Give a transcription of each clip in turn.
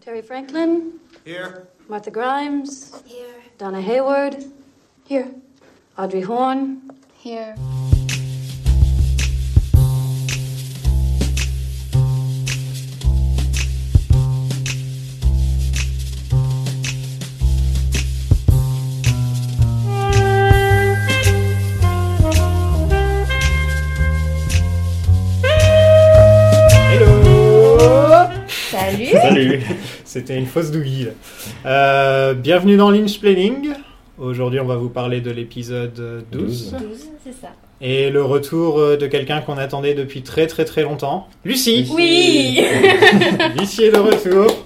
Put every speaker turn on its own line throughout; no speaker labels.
Terry Franklin,
Here.
Martha Grimes,
Here.
Donna Hayward,
Here.
Audrey Horn.
Here.
Hello
Salut
Salut C'était une fausse douille. Euh, bienvenue dans Lynch Planning. Aujourd'hui, on va vous parler de l'épisode 12
12, c'est ça.
et le retour euh, de quelqu'un qu'on attendait depuis très très très longtemps. Lucie
Oui
Lucie est de retour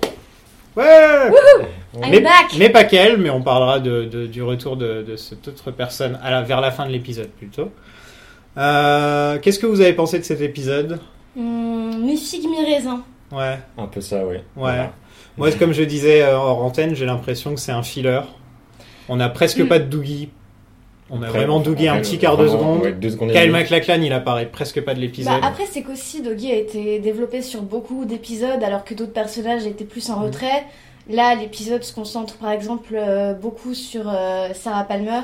Ouais
I'm
mais,
back.
mais pas qu'elle, mais on parlera de, de- du retour de, de cette autre personne à la, vers la fin de l'épisode plutôt. Euh, Qu'est-ce que vous avez pensé de cet épisode
Hum, Musique mi-raisin.
Ouais.
Un peu ça, oui.
Ouais. Moi, comme je disais euh, hors antenne, j'ai l'impression que c'est un filler. On n'a presque
Mm.
pas de Dougie. On a vraiment Dougie un petit quart de seconde.
deux secondes et
Kyle
demie.
MacLachlan, il apparaît presque pas de l'épisode.
Bah, après, c'est qu'aussi Doggy a été développé sur beaucoup d'épisodes, alors que d'autres personnages étaient plus en
Mhm.
retrait. Là, l'épisode se concentre par exemple euh, beaucoup sur euh, Sarah Palmer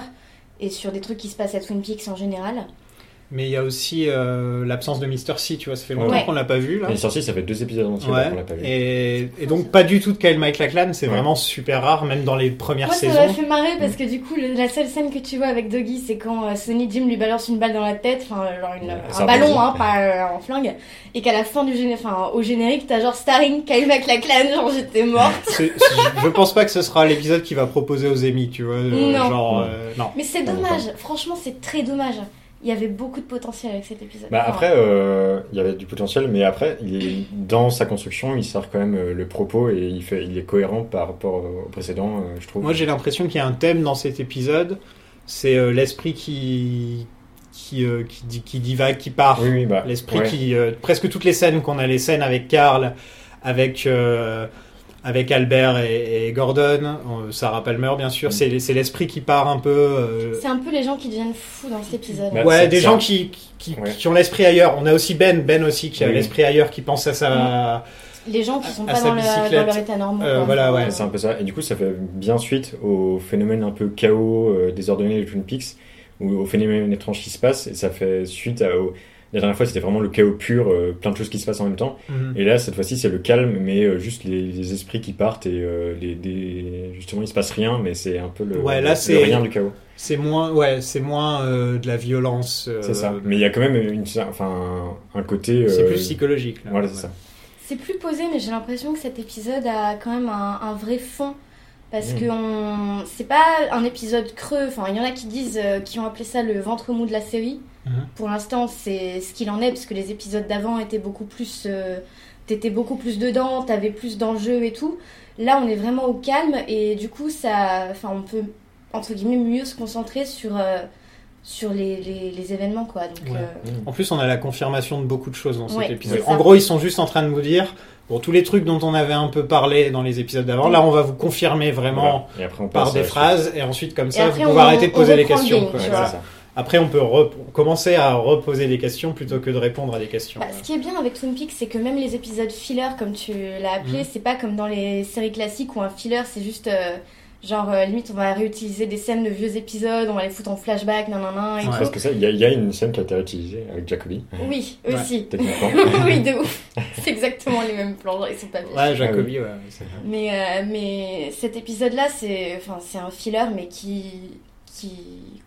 et sur des trucs qui se passent à Twin Peaks en général.
Mais il y a aussi euh, l'absence de Mr. C, tu vois, ça fait longtemps
Ouais.
qu'on l'a pas vu là.
Mais sorti, ça fait deux épisodes entiers
Ouais.
qu'on l'a pas vu.
Et, et donc pas du tout de Kyle MacLachlan, c'est
Ouais.
vraiment super rare, même dans les premières
Moi, ça m'a
saisons.
fait marrer parce que du coup, le- la seule scène que tu vois avec Doggy, c'est quand euh, Sonny Jim lui balance une balle dans la tête, enfin, euh, genre une-
Ouais,
un
ça
ballon,
rebondit.
hein, pas euh, un flingue, et qu'à la fin du générique, enfin, au générique, t'as genre starring Kyle MacLachlan, genre j'étais morte.
C'est- c'est- je pense pas que ce sera l'épisode qui va proposer aux Emmy, tu vois. euh,
Non.
Genre, euh, non.
Mais c'est
On est
dommage, franchement, c'est très dommage. Il y avait beaucoup de potentiel avec cet épisode.
Bah
Enfin,
après, euh, il y avait du potentiel, mais après, il est- dans sa construction, il sert quand même euh, le propos et il, fait, il est cohérent par rapport au précédent, euh, je trouve.
Moi, j'ai l'impression qu'il y a un thème dans cet épisode. C'est euh, l'esprit qui qui, euh, qui di- qui divague, qui part.
oui, oui, bah,
L'esprit
ouais.
qui euh, presque toutes les scènes qu'on a les scènes avec Karl, avec euh, avec Albert et, et Gordon, euh, Sarah Palmer bien sûr.
Mm.
C'est c'est l'esprit qui part un peu. euh,
C'est un peu les gens qui deviennent fous dans cet épisode.
Bah,
ouais,
c'est-
des
c'est
gens
un-
qui qui, qui-
Ouais.
qui ont l'esprit ailleurs. On a aussi Ben, Ben aussi qui a
Oui.
l'esprit ailleurs, qui pense à sa.
Les gens qui sont
à
pas
sa
dans, le-
bicyclette.
dans leur état normal.
Euh,
quoi.
voilà, ouais.
Ouais, c'est un peu ça. Et du coup, ça fait bien suite au phénomène un peu chaos, euh, désordonné de Twin Peaks, ou au phénomène étrange qui se passe, et ça fait suite à... au- La dernière fois, c'était vraiment le chaos pur, euh, plein de choses qui se passent en même temps.
Mhm.
Et là, cette fois-ci, c'est le calme, mais euh, juste les, les esprits qui partent et euh, les, des- justement, il se passe rien, mais c'est un peu le,
Ouais, là,
le
c'est-
rien du chaos.
C'est moins ouais, c'est moins euh, de la violence. euh,
C'est ça. Mais il y a quand même une, enfin, un côté.
C'est
euh,
plus psychologique. Là,
Voilà, c'est ça.
C'est plus posé, mais j'ai l'impression que cet épisode a quand même un, un vrai fond. Parce
Mm.
que on... c'est pas un épisode creux. Enfin, il y en a qui disent, euh, qui ont appelé ça le ventre mou de la série.
Mhm.
Pour l'instant, c'est ce qu'il en est, parce que les épisodes d'avant étaient beaucoup plus. euh, T'étais beaucoup plus dedans, t'avais plus d'enjeux et tout. Là, on est vraiment au calme, et du coup, ça. Enfin, on peut, entre guillemets, mieux se concentrer sur. euh, sur les, les- les événements, quoi. Donc,
Ouais.
euh,
En plus, on a la confirmation de beaucoup de choses dans cet
Ouais,
épisode.
c'est ça.
En gros, ils sont juste en train de vous dire, bon, tous les trucs dont on avait un peu parlé dans les épisodes d'avant, là, on va vous confirmer vraiment
Voilà. Et après, on
par
passe à
des
la
phrases, et ensuite, comme
Et
ça,
après,
vous
on-
pouvez arrêter de
on
poser les
reprend le
questions.
game,
quoi.
suite.
tu
Ouais,
vois.
Voilà.
c'est ça.
Après, on peut rep- commencer à reposer des questions plutôt que de répondre à des questions.
Bah, ce qui est bien avec Twin Peaks, c'est que même les épisodes filler, comme tu l'as appelé,
Mm.
c'est pas comme dans les séries classiques où un filler, c'est juste euh, genre euh, limite on va réutiliser des scènes de vieux épisodes, on va les foutre en flashback, nanana et
Ouais.
Parce que ça, il y, a- il y a une scène qui a été réutilisée avec Jacoby,
tout. Oui,
Ouais.
aussi.
techniquement.
oui, de ouf. C'est exactement les mêmes plans, genre ils sont pas fichus.
Ouais, Jacobi, ouais. c'est-
Mais, euh, mais cet épisode-là, c'est enfin, c'est un filler, mais qui, qui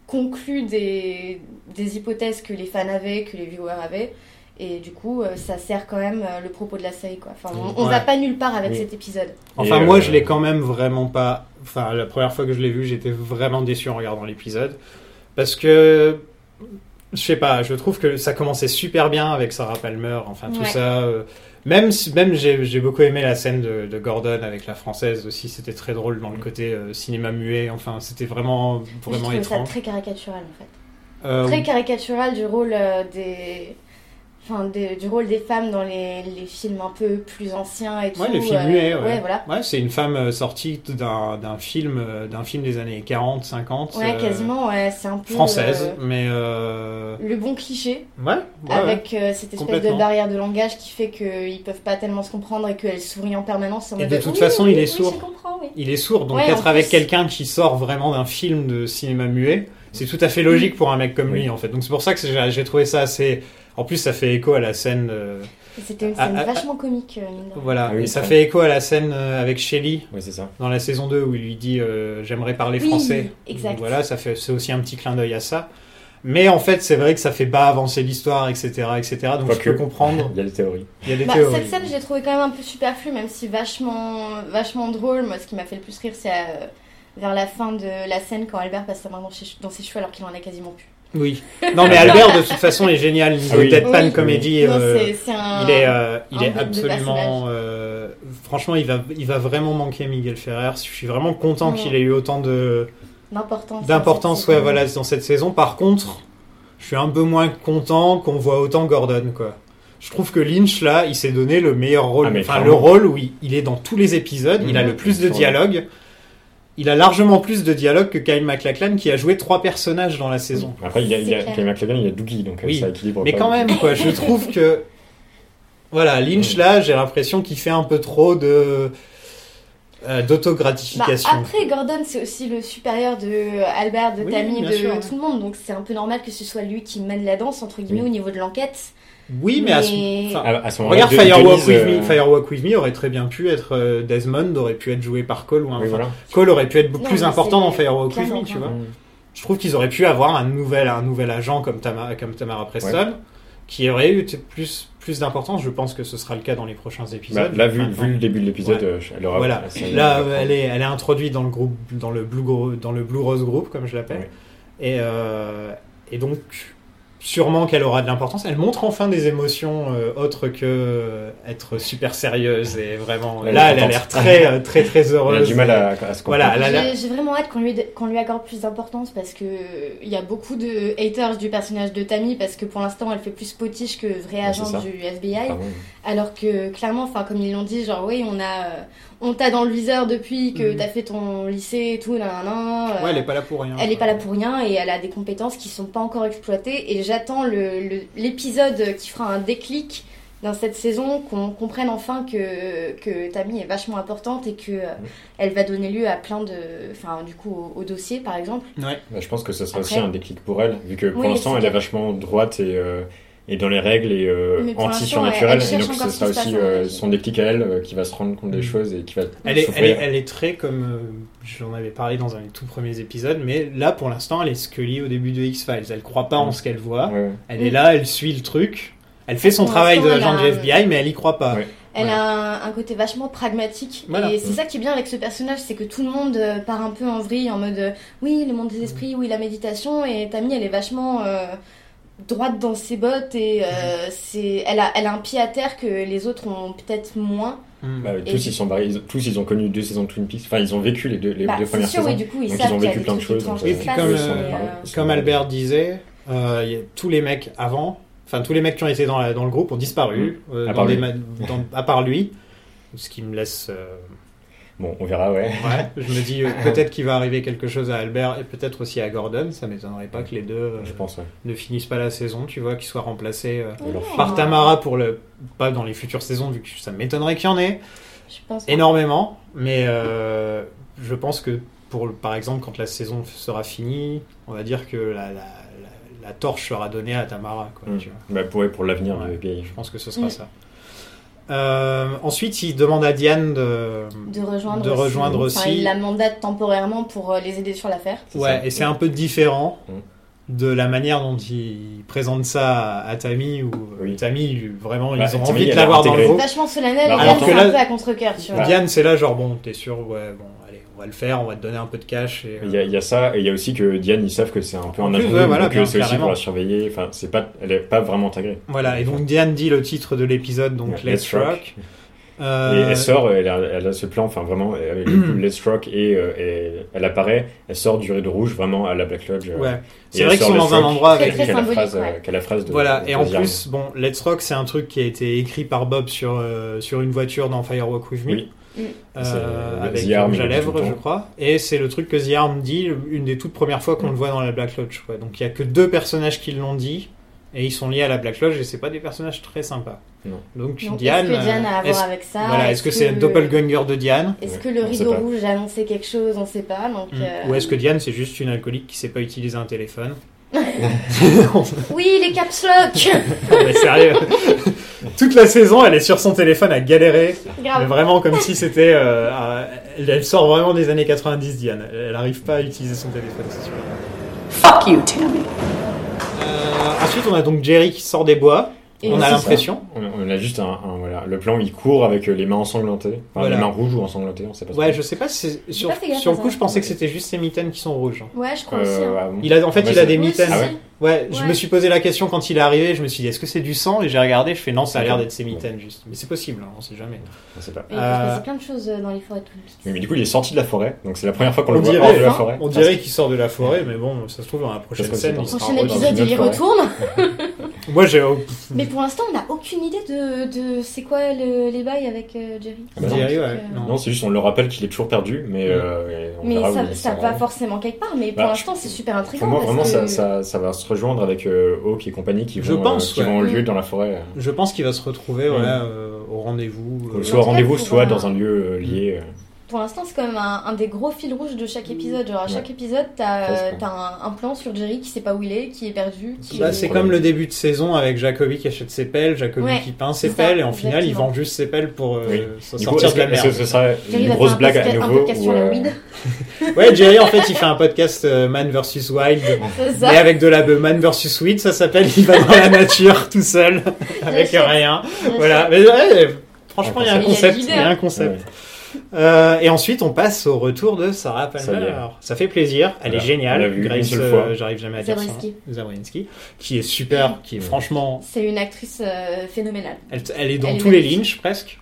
conclut des, des hypothèses que les fans avaient, que les viewers avaient. Et du coup, euh, ça sert quand même euh, le propos de la série. Quoi. Enfin, on, on
Ouais.
va pas nulle part avec
Oui.
cet épisode.
Enfin,
Et,
moi,
euh,
je l'ai quand même vraiment pas. Enfin, la première fois que je l'ai vu, j'étais vraiment déçu en regardant l'épisode. Parce que. Je sais pas, je trouve que ça commençait super bien avec Sarah Palmer, enfin tout
Ouais.
ça. euh, Même, si- même j'ai j'ai beaucoup aimé la scène de, de Gordon avec la française aussi, c'était très drôle
Mm.
dans le côté euh, cinéma muet, enfin c'était vraiment, Ah
Je
vraiment
trouve ça
étrange.
très caricatural en fait.
Euh,
Très caricatural du rôle euh, des. enfin, des- du rôle des femmes dans les, les films un peu plus anciens et tout.
Ouais, les films
euh,
muets, ouais.
voilà.
Ouais, c'est une femme euh, sortie d'un d'un film, euh, d'un film des années 40, 50.
Ouais,
euh,
quasiment, ouais, c'est un peu.
Française,
euh,
mais. euh,
le bon cliché,
Ouais, ouais, ouais.
avec euh, cette espèce de
Complètement.
barrière de langage qui fait qu'ils peuvent pas tellement se comprendre et qu'elle sourit en permanence. en
Et
mode,
Eh ben, de toute
Oui,
façon,
oui,
il est
oui,
sourd.
je comprends, oui.
Il est sourd, donc
Ouais,
être
en
avec
plus.
quelqu'un qui sort vraiment d'un film de cinéma muet, c'est tout à fait logique pour un mec comme lui, en fait. Donc c'est pour ça que j'ai j'ai trouvé ça assez. En plus, ça fait écho à la scène. euh,
Et C'était une
Ah,
scène
ah, ah.
vachement comique, euh, mine de rien.
Voilà,
Ah oui,
et ça
ouais.
fait écho à la scène euh, avec Shelley
Ouais, c'est ça.
dans la saison 2 où il lui dit euh, j'aimerais parler
Oui,
français.
exact.
Donc Voilà, ça fait c'est aussi un petit clin d'œil à ça. Mais en fait, c'est vrai que ça fait pas avancer l'histoire, etc., etc. Donc je
Quoique.
peux comprendre.
Il y a les théories.
Il y a des
Bah,
théories.
cette scène, je l'ai trouvée quand même un peu superflue, même si vachement, vachement drôle. Moi, ce qui m'a fait le plus rire, c'est euh, vers la fin de la scène quand Albert passe sa main dans ses, che- dans ses cheveux alors qu'il en a quasiment plus.
Oui. Non, mais Albert, de toute façon, est génial. Il
Ah
est
oui.
peut-être pas
Oui.
une comédie.
Non,
euh,
c'est- c'est un-
Il est, euh, il
un
est
bête de
absolument. euh, franchement, il va, il va vraiment manquer Miguel Ferrer. Je suis vraiment content
Ouais.
qu'il ait eu autant de
d'importance.
d'importance,
C'est-
ouais, voilà, dans cette saison. Par contre, je suis un peu moins content qu'on voit autant Gordon, quoi. Je trouve que Lynch là, il s'est donné le meilleur rôle,
Ah, mais
enfin le
clairement.
rôle où il, il est dans tous les épisodes, il a
Mhm.
le plus de
Sûrement.
dialogue. Il a largement plus de dialogue que Kyle MacLachlan qui a joué trois personnages dans la saison.
Après, il y a, il y a,
C'est clair.
Kevin McLagan, il y a Doogie, donc euh,
Oui.
ça équilibre.
Mais
pas
quand
mal.
même, quoi, je trouve que. Voilà, Lynch,
Mm.
là, j'ai l'impression qu'il fait un peu trop de. euh,
Bah,
d'autogratification.
après, Gordon, c'est aussi le supérieur de euh, Albert, de
Oui,
Tammy,
bien
de
sûr, ouais.
tout le monde, donc c'est un peu normal que ce soit lui qui mène la danse, entre guillemets,
Oui.
au niveau de l'enquête.
oui, mais à ce.
mais-
enfin,
À, à ce moment-là,
regarde
De-
Firewalk,
Denise,
with
euh,
me, Firewalk With Me aurait très bien pu être. euh, Desmond aurait pu être joué par Cole ou un.
Oui, voilà.
Cole aurait pu être
Non,
plus
mais
important
c'est-
dans Firewalk With
clairement,
Me, tu vois.
Mm.
Je trouve qu'ils auraient pu avoir un nouvel, un nouvel agent comme, Tama- comme Tamara Preston qui aurait eu t- plus, plus d'importance. Je pense que ce sera le cas dans les prochains
Bah,
épisodes.
là, vu,
Maintenant.
vu le début de l'épisode,
Ouais.
euh, je- elle aura.
Voilà.
ça-
Là, euh, elle est, elle est introduite dans le groupe, dans le Blue, Gro- dans le Blue Rose Group, comme je l'appelle. Et, euh, et donc, sûrement qu'elle aura de l'importance. Elle montre enfin des émotions euh, autres que euh, être super sérieuse et vraiment.
Elle est
là, elle a
contente.
l'air très, euh, très, très
Elle
heureuse.
a du mal à, à se comprendre.
Voilà, elle a l'air-
J'ai j'ai vraiment hâte qu'on lui, qu'on lui accorde plus d'importance parce que euh, il y a beaucoup de haters du personnage de Tammy parce que pour l'instant elle fait plus potiche que vrai agent
c'est ça.
du FBI.
Ah, ouais.
Alors que clairement, enfin comme ils l'ont dit, genre oui on a, euh, on t'a dans le viseur depuis que
Mhm.
Mm.
t'as fait ton lycée et tout, nan, nan, nan, euh,
Ouais, elle est pas là pour rien.
elle est pas là pour rien et elle a des compétences qui sont pas encore exploitées et j'attends le- le- l'épisode qui fera un déclic dans cette saison qu'on comprenne enfin que que Tammy est vachement importante et que euh, elle va donner lieu à plein de enfin du coup au, au dossier par exemple.
Ouais.
Bah, je pense que ce sera
Après-
aussi un déclic pour elle, vu que pour
Oui,
l'instant,
c'est
elle est
clair.
vachement droite et, euh, et dans les règles et euh,
Mais pour
anti-surnaturelle.
l'instant,
Et
elle- elle
donc,
cherche
ce
encore ce
sera
qui se
aussi
passe, hein,
euh,
elle-
son déclic à elle euh, qui va se rendre compte des
Mm.
choses et qui va.
Elle est, elle, est,
souffrir.
elle est très comme euh, j'en avais parlé dans un des tout premiers épisodes, mais là pour l'instant elle est Scully au début de X-Files. Elle croit
Mm.
pas en ce qu'elle voit.
Ouais, ouais.
Elle
Mm.
est là, elle suit le truc. Elle fait son
Pour
travail
l'instant,
de agent
elle a
du
un-
FBI, mais elle y croit pas.
Ouais.
Elle
Ouais.
a un, un côté vachement pragmatique
Voilà.
et c'est ça qui est bien avec ce personnage, c'est que tout le monde euh, part un peu en vrille en mode euh, oui le monde des esprits, oui la méditation et Tammy elle est vachement euh, droite dans ses bottes et euh, c'est elle a elle a un pied à terre que les autres ont peut-être moins.
Mm.
Bah,
Et-
tous, ils sont barrés- ils- tous, ils ont connu deux saisons de Twin Peaks. Enfin, ils ont vécu les deux, les
Bah,
deux
c'est
premières
sûr oui
saisons.
du coup ils
Donc, ils
savent
ont
qu'il y a
vécu
des
plein de
trucs
choses,
étranges
donc,
qui
Et
se
puis
passent,
comme,
mais,
euh,
euh,
Comme Albert disait, euh, y a- tous les mecs avant, enfin tous les mecs qui ont été dans, la- dans le groupe ont disparu, euh,
Hmm. À
dans
part
des
lui.
ma- dans- à part lui. Ce qui me laisse. euh,
Bon, on verra, ouais.
ouais, je me dis euh, peut-être qu'il va arriver quelque chose à Albert et peut-être aussi à Gordon. Ça m'étonnerait pas que les deux euh,
Je pense, ouais.
ne finissent pas la saison, tu vois, qu'ils soient remplacés euh,
Alors,
Ouais.
par Tamara pour le. Pas dans les futures saisons, vu que ça m'étonnerait qu'il y en ait.
Je pense pas.
énormément, mais euh, je pense que pour le- par exemple quand la saison sera finie, on va dire que la, la- la- la torche sera donnée à Tamara. Quoi,
Mm.
tu vois.
Bah, pour, ouais, pour l'avenir
Ouais.
du FBI.
Je pense que ce sera
Mm.
ça. Euh, ensuite, il demande à Diane de.
de rejoindre
de rejoindre
Enfin,
aussi.
il la mandate temporairement pour euh, les aider sur l'affaire.
C'est
Ouais,
ça.
et c'est un peu différent
Mm.
de la manière dont il présente ça à, à Tammy où euh,
Oui.
Tammy lui, vraiment
Bah,
ils ont
Tammy,
envie de
elle
l'avoir
est
dans le
intégrée.
groupe.
Vachement solennel
Bah,
et
alors
elle
Oh. que
c'est
là-
un peu à contre-cœur tu vois.
Bah,
Diane, c'est là genre bon, t'es sûr, ouais, bon, allez, on va le faire, on va te donner un peu de cash. Et, euh,
Il y, a, il y a ça, et il y a aussi que Diane, ils savent que c'est un peu
En
un
plus,
aveu,
ouais, voilà,
donc
bien,
euh, c'est aussi
carrément.
pour la surveiller. Enfin, c'est pas, elle est pas vraiment intégrée.
Voilà, et donc Diane dit le titre de l'épisode, donc
Ouais,
Let's Rock.
Et
Euh,
elle sort, elle a, elle a ce plan, enfin vraiment, avec le Let's Rock et, euh, et elle apparaît, elle sort du rideau rouge, vraiment à la Black Lodge. euh,
ouais.
et
C'est
elle
vrai qu'ils
sort
sont
le
dans un
froc.
endroit avec
Très,
Qu'elle a la
symbolique,
phrase, euh,
ouais.
qu'elle a la phrase de.
Voilà,
de
et en
Ozzy Armand.
plus, bon, Let's Rock, c'est un truc qui a été écrit par Bob sur, euh, sur une voiture dans Firewalk With Me,
Oui.
Mm.
Euh,
C'est, euh,
avec
The Arm,
rouge à
il le dit tout
lèvres,
le
je
temps.
crois. Et c'est le truc que The Arm dit, une des toutes premières fois qu'on
Mm.
le voit dans la Black Lodge. quoi. Donc il y a que deux personnages qui l'ont dit, et ils sont liés à la Black Lodge, et c'est pas des personnages très sympas.
Non.
Donc,
Donc,
Diane,
Est-ce que Diane a à
euh, est-ce
voir avec ça
voilà, est-ce que c'est un doppelganger de Diane
Est-ce
Ouais,
que le
on sait
rideau
pas.
rouge a annoncé quelque chose On sait pas. Donc,
Mm.
euh,
Ou est-ce que Diane, c'est juste une alcoolique qui sait pas utiliser un téléphone
Oui, les caps lock
Non, mais sérieux Toute la saison, elle est sur son téléphone à galérer. Mais
Grave.
vraiment comme si c'était... euh, un- elle, elle sort vraiment des années 90, Diane. Elle n'arrive pas à utiliser son téléphone, c'est sûr.
Fuck you, Tammy.
Euh, ensuite, on a donc Jerry qui sort des bois.
Et
on a
c'est ça.
l'impression.
On, on a juste un, un- voilà, le plan où il court avec euh, les mains ensanglantées, enfin
Voilà.
les mains rouges ou ensanglantées, on sait pas.
Ouais, je sais pas si... c'est- Sur,
pas fait gaffe
sur
à
le coup,
ça.
je pensais que c'était juste ses mitaines qui sont rouges.
Ouais, je crois aussi.
Euh,
hein.
ah bon.
Il a, en fait,
Ouais,
il a
c'est-
des
Moi
mitaines.
Ah
aussi.
ouais
Ouais, je
Ouais.
me suis posé la question quand il est arrivé. Je me suis dit, est-ce que c'est du sang Et j'ai regardé, je fais non, ça a l'air d'être ses mitaines, juste. Mais c'est possible, hein, on sait jamais.
On sait pas.
Et il peut se
Euh,
passer plein de choses euh, dans les forêts de Twin Peaks.
Mais, mais du coup, il est sorti de la forêt, donc c'est la première fois qu'on
On
le voit
dirait,
hors de la
hein,
forêt.
On dirait qu'il sort de la forêt, mais bon, ça se trouve, dans la prochaine
Parce que
scène,
c'est
il sera
Prochain
dans
en-
épisode,
une
il y
autre forêt.
retourne.
Moi, j'ai...
Mais pour l'instant, on n'a aucune idée de, de c'est quoi le- les bails avec euh, Jerry.
Ah bah non.
Jerry, ouais,
Euh,
non.
Non, c'est juste on le rappelle qu'il est toujours perdu, mais,
Mm.
euh, et on
Mais
verra où
ça,
il
ça
s'en
va
va.
forcément quelque part, mais pour
Bah,
l'instant, c'est super intriguant.
Pour moi,
parce
vraiment,
que-
ça, ça, ça va se rejoindre avec euh, Hawk et compagnie qui
Je
vont, euh,
pense,
qui
ouais.
vont au lieu
Mm.
dans la forêt. euh,
Je pense qu'il va se retrouver
Ouais.
voilà, euh, au rendez-vous. euh,
soit au
tout cas,
rendez-vous,
pour,
soit
euh,
dans un lieu euh, lié. euh.
Pour l'instant, c'est quand même un, un des gros fils rouges de chaque épisode. Genre, à chaque épisode, t'as
Ouais, c'est
euh,
vrai.
t'as un, un plan sur Jerry qui sait pas où il est, qui est perdu. Qui
Bah,
est-
c'est
Problème.
comme le début de saison avec Jacobi qui achète ses pelles, Jacobi
Ouais,
qui peint ses
c'est ça,
pelles, et en final, il
exactement.
vend juste ses pelles pour euh,
Oui.
s'en
Du coup,
sortir
est-ce
de la
que, est-ce que
merde.
ce sera
Jerry
une
va
grosse
faire un
blague à
podcast- un
nouveau
podcast
ou,
sur la
euh,
weed.
Ouais, Jerry, en fait, il fait un podcast euh, Man vs Wild,
C'est ça.
mais avec de la be- Man vs Weed, ça s'appelle Il va dans la nature tout seul, avec
J'achète,
rien.
j'achète.
Voilà, mais ouais, franchement, il y a un
Il y a
concept. Il
l'idée,
y a
hein.
un concept. Euh, et ensuite, on passe au retour de Sarah Palmer.
Ça y est.
Ça fait plaisir, elle
Voilà,
est
on l'a
géniale.
vu une
Grace,
seule
euh,
fois.
j'arrive jamais à dire son nom.
Zabriskie.
Zabriskie, qui est super, qui est
Ouais.
franchement,
C'est une actrice euh, phénoménale.
elle, elle est dans
Elle est
tous les
magnifique.
Lynch presque,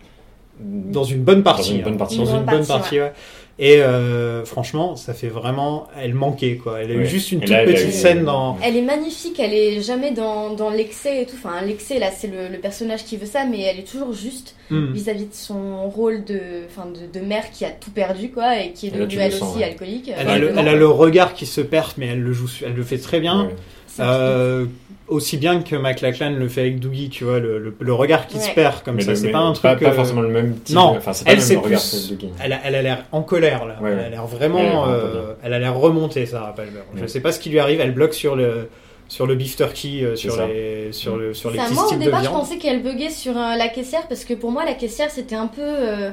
ouais.
dans une bonne partie.
une bonne
hein.
partie.
Dans
Une
une
bonne
bonne
partie,
partie, ouais. Et euh, franchement, ça fait vraiment, elle manquait quoi. Elle a eu
Ouais.
juste une
Et
toute
là, elle a
petite
eu-
scène dans.
Elle est magnifique, elle est jamais dans, dans l'excès et tout. Enfin, l'excès, là, c'est le, le personnage qui veut ça, mais elle est toujours juste
Hmm.
vis-à-vis de son rôle de, enfin, de, de mère qui a tout perdu, quoi, et qui est
Et là,
devenue
tu le
elle
sens,
aussi
ouais.
alcoolique.
Elle a, le,
Exactement.
elle a le regard qui se perd, mais elle le joue, su- elle le fait très bien.
Ouais.
C'est un petit
Euh, aussi bien que McLachlan le fait avec Doogie, tu vois, le, le- le regard qui se
Ouais.
perd comme
Mais
ça.
le-
C'est
mais
pas un
Pas,
truc.
pas
euh,
forcément le même type.
non.
enfin, c'est pas
Elle,
le même
c'est
regard
plus-
que Dougie.
Elle a, elle a l'air en colère là.
Ouais,
elle
ouais.
a l'air
Elle a l'air
vraiment.
vraiment
euh,
pas bien.
elle a l'air remontée, Sarah Palmer. Je
Ouais.
sais pas ce qui lui arrive. Elle bloque sur le sur le beef turkey, euh, sur
C'est ça. Mm.
les sur le sur les
Ça,
petits
moi, au
sticks de
départ, je
viande.
pensais qu'elle buguait sur euh, la caissière parce que pour moi, la caissière, c'était un peu euh,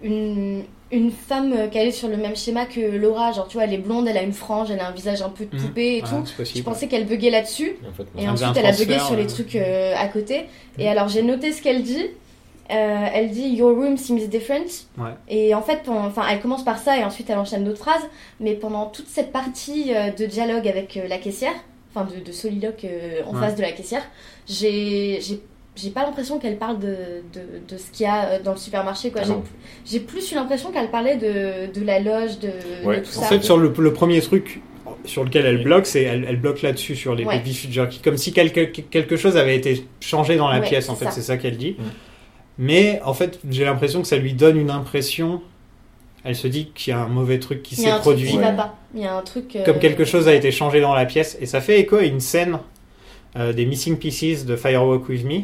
une, une femme euh, qui allait sur le même schéma que Laura. Genre, tu vois, elle est blonde, elle a une frange, elle a un visage un peu de
Mhm.
poupée et
Ah,
tout.
c'est
Je
possible.
pensais qu'elle buguait là-dessus.
En fait,
Et
non.
faisait un
ensuite, elle a bugué
transfert, Mm.
sur les
ouais.
trucs euh, à côté. Et alors, j'ai noté ce qu'elle dit. Euh, elle dit Your room seems different.
Ouais.
Et en fait, pendant- enfin, elle commence par ça et ensuite elle enchaîne d'autres phrases. Mais pendant toute cette partie euh, de dialogue avec euh, la caissière, enfin de, de soliloque euh, en
Ouais.
face de la caissière, j'ai j'ai- j'ai pas l'impression qu'elle parle de, de, de ce qu'il y a euh, dans le supermarché. quoi.
Ah
J'ai-
non.
j'ai plus eu l'impression qu'elle parlait de, de la loge, de, de
Ouais.
tout
En
ça.
fait, sur le, le premier truc sur lequel elle bloque, c'est elle, elle bloque là-dessus sur les
Ouais.
baby food jerky, comme si quelque, quelque chose avait été changé dans la
Ouais,
pièce. En
c'est
fait,
ça.
c'est ça qu'elle dit.
Mm.
Mais en fait, j'ai l'impression que ça lui donne une impression. Elle se dit qu'il y a un mauvais truc qui
Il y a
s'est
un truc
produit.
qui va
Ouais.
pas. Il y a un truc. euh,
comme quelque chose a été changé dans la pièce. Et ça fait écho à une scène euh, des Missing Pieces de Firewalk With Me,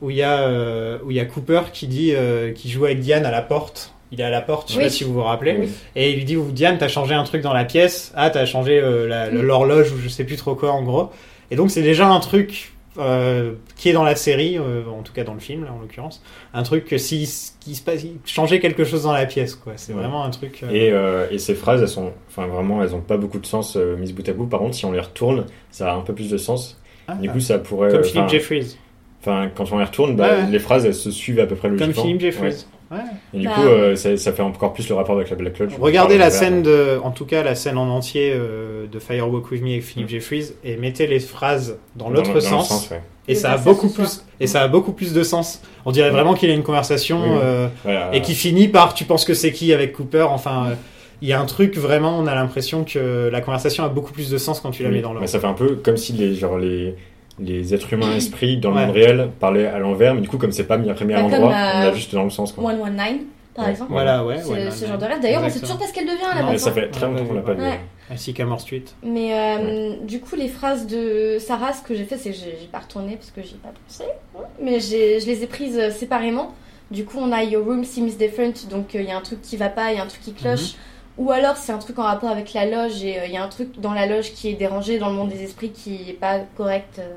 où il y, a, euh, où il y a Cooper qui dit euh, qui joue avec Diane à la porte. Il est à la porte, je sais
Oui.
pas si vous vous rappelez.
Oui.
Et il lui dit, Diane, t'as changé un truc dans la pièce. Ah, t'as changé euh, la-
Oui.
l'horloge ou je sais plus trop quoi en gros. Et donc c'est déjà un truc euh, qui est dans la série, euh, en tout cas dans le film là, en l'occurrence. Un truc que si, qui se passe, changer quelque chose dans la pièce quoi. C'est
Ouais.
vraiment un truc. euh,
Et, euh, et ces phrases, elles sont, enfin vraiment, elles ont pas beaucoup de sens euh, mises bout à bout. Par contre, si on les retourne, ça a un peu plus de sens.
ah,
Du coup, ça pourrait.
comme
euh,
Philippe
enfin,
Jeffries.
Enfin, quand on les retourne, bah,
Ouais, ouais.
les phrases, elles se suivent à peu près
Comme
logiquement.
Philippe Jeffries.
Ouais.
Ouais.
Et du
Bah,
coup, euh, ça, ça fait encore plus le rapport avec la Black Lodge.
Regardez
On
la
parle
scène
de...
de, en tout cas la scène en entier euh, de Firewalk with Me avec Philip Jeffries et mettez les phrases dans
Mm. dans
l'autre
le- dans le
sens,
ouais.
et
De
ça a
faire ça
beaucoup
ce
plus et ça a beaucoup plus de sens. On dirait vraiment qu'il y a une conversation
Mm. Oui, oui.
euh,
Voilà.
et qui finit par tu penses que c'est qui avec Cooper. Enfin, euh, il y a un truc vraiment, on a l'impression que la conversation a beaucoup plus de sens quand tu la
Oui.
mets dans
Mais
l'ordre.
ça fait un peu comme si les, genre, les, les êtres humains esprits dans le
Ouais.
monde réel parlaient à l'envers, mais du coup, comme c'est pas mis après mis à
Bah,
l'endroit,
comme, euh,
on l'a juste dans le sens. Quoi.
119, par
Ouais.
exemple.
Voilà, ouais.
ce,
ouais,
ce
ouais,
genre de
ouais.
rêve. D'ailleurs, on sait
Exactement.
toujours pas ce qu'elle devient à la
Non, mais
base.
ça
hein.
fait très longtemps qu'on l'a pas vu.
Ouais.
Ainsi qu'à Mort Street.
Mais euh, du coup, les phrases de Sarah, ce que j'ai fait, c'est que j'ai j'ai pas retourné parce que j'y ai pas pensé. hein. Mais j'ai- je les ai prises euh, séparément. Du coup, on a Your room seems different. Donc, euh, il y a un truc qui va pas, il y a un truc qui
Mhm.
cloche. Ou alors, c'est un truc en rapport avec la loge et euh, il y a un truc dans la loge qui est dérangé dans le monde des esprits qui est pas correct euh,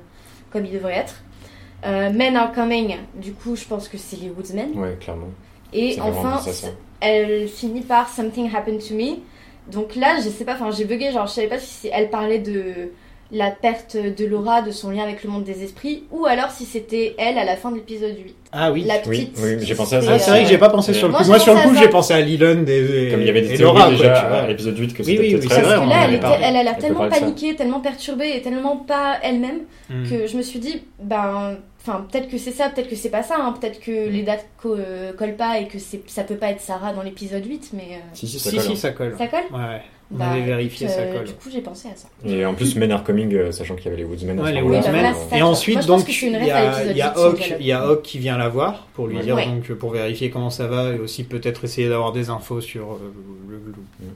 comme il devrait être. Euh, men are coming. Du coup, je pense que c'est les woodsmen.
hein. Ouais, clairement.
Et
Ça fait vraiment
enfin,
ça, ça.
elle finit par Something Happened to Me. Donc là, je sais pas, enfin j'ai bugué, genre je savais pas si c'est- elle parlait de la perte de Laura, de son lien avec le monde des esprits, ou alors si c'était elle à la fin de l'épisode 8.
Ah oui.
La
oui,
petite.
oui,
qui
j'ai
se
pensé à
fait,
ça.
Ah, c'est vrai que j'ai pas pensé sur le
Moi,
coup.
je
Moi, sur le
pensais à
coup,
ça.
j'ai pensé à Leland et, et-
Comme il y avait des
et
théories
Laura, quoi,
déjà
tu vois.
à l'épisode 8 que
Oui,
c'était
oui,
peut-être
oui,
ça.
c'est
Parce
vrai,
que
on
là,
en
elle,
avait
était-
parlé.
elle, elle a
peut
tellement
parler de ça.
paniqué, tellement perturbée et tellement pas elle-même
Hmm.
que je me suis dit, ben, enfin, peut-être que c'est ça, peut-être que c'est pas ça, hein, peut-être que
Hmm.
les dates co- euh, collent pas et que c'est- ça peut pas être Sarah dans l'épisode 8, mais euh,
Si, si, ça
Si,
colle, hein.
si, ça colle.
ça colle
Ouais, ouais. On
Bah,
avait vérifié,
écoute,
ça
euh,
colle.
Du coup, j'ai pensé à ça.
hein. Et en plus, Men Are Coming, euh, sachant qu'il y avait les Woodsmen. à
Ouais,
ce
les
moment-là,
Woodsmen.
euh,
Voilà, c'est
Et
ça.
ensuite,
Moi, je pense
donc,
que je suis
il
une
y
ref à
a,
l'épisode
il y a
huit, son
Hawk,
dialogue.
il y a Hawk qui vient la voir pour lui
Ouais.
dire
Ouais.
donc pour vérifier comment ça va et aussi peut-être essayer d'avoir des infos sur euh, le-
Mm.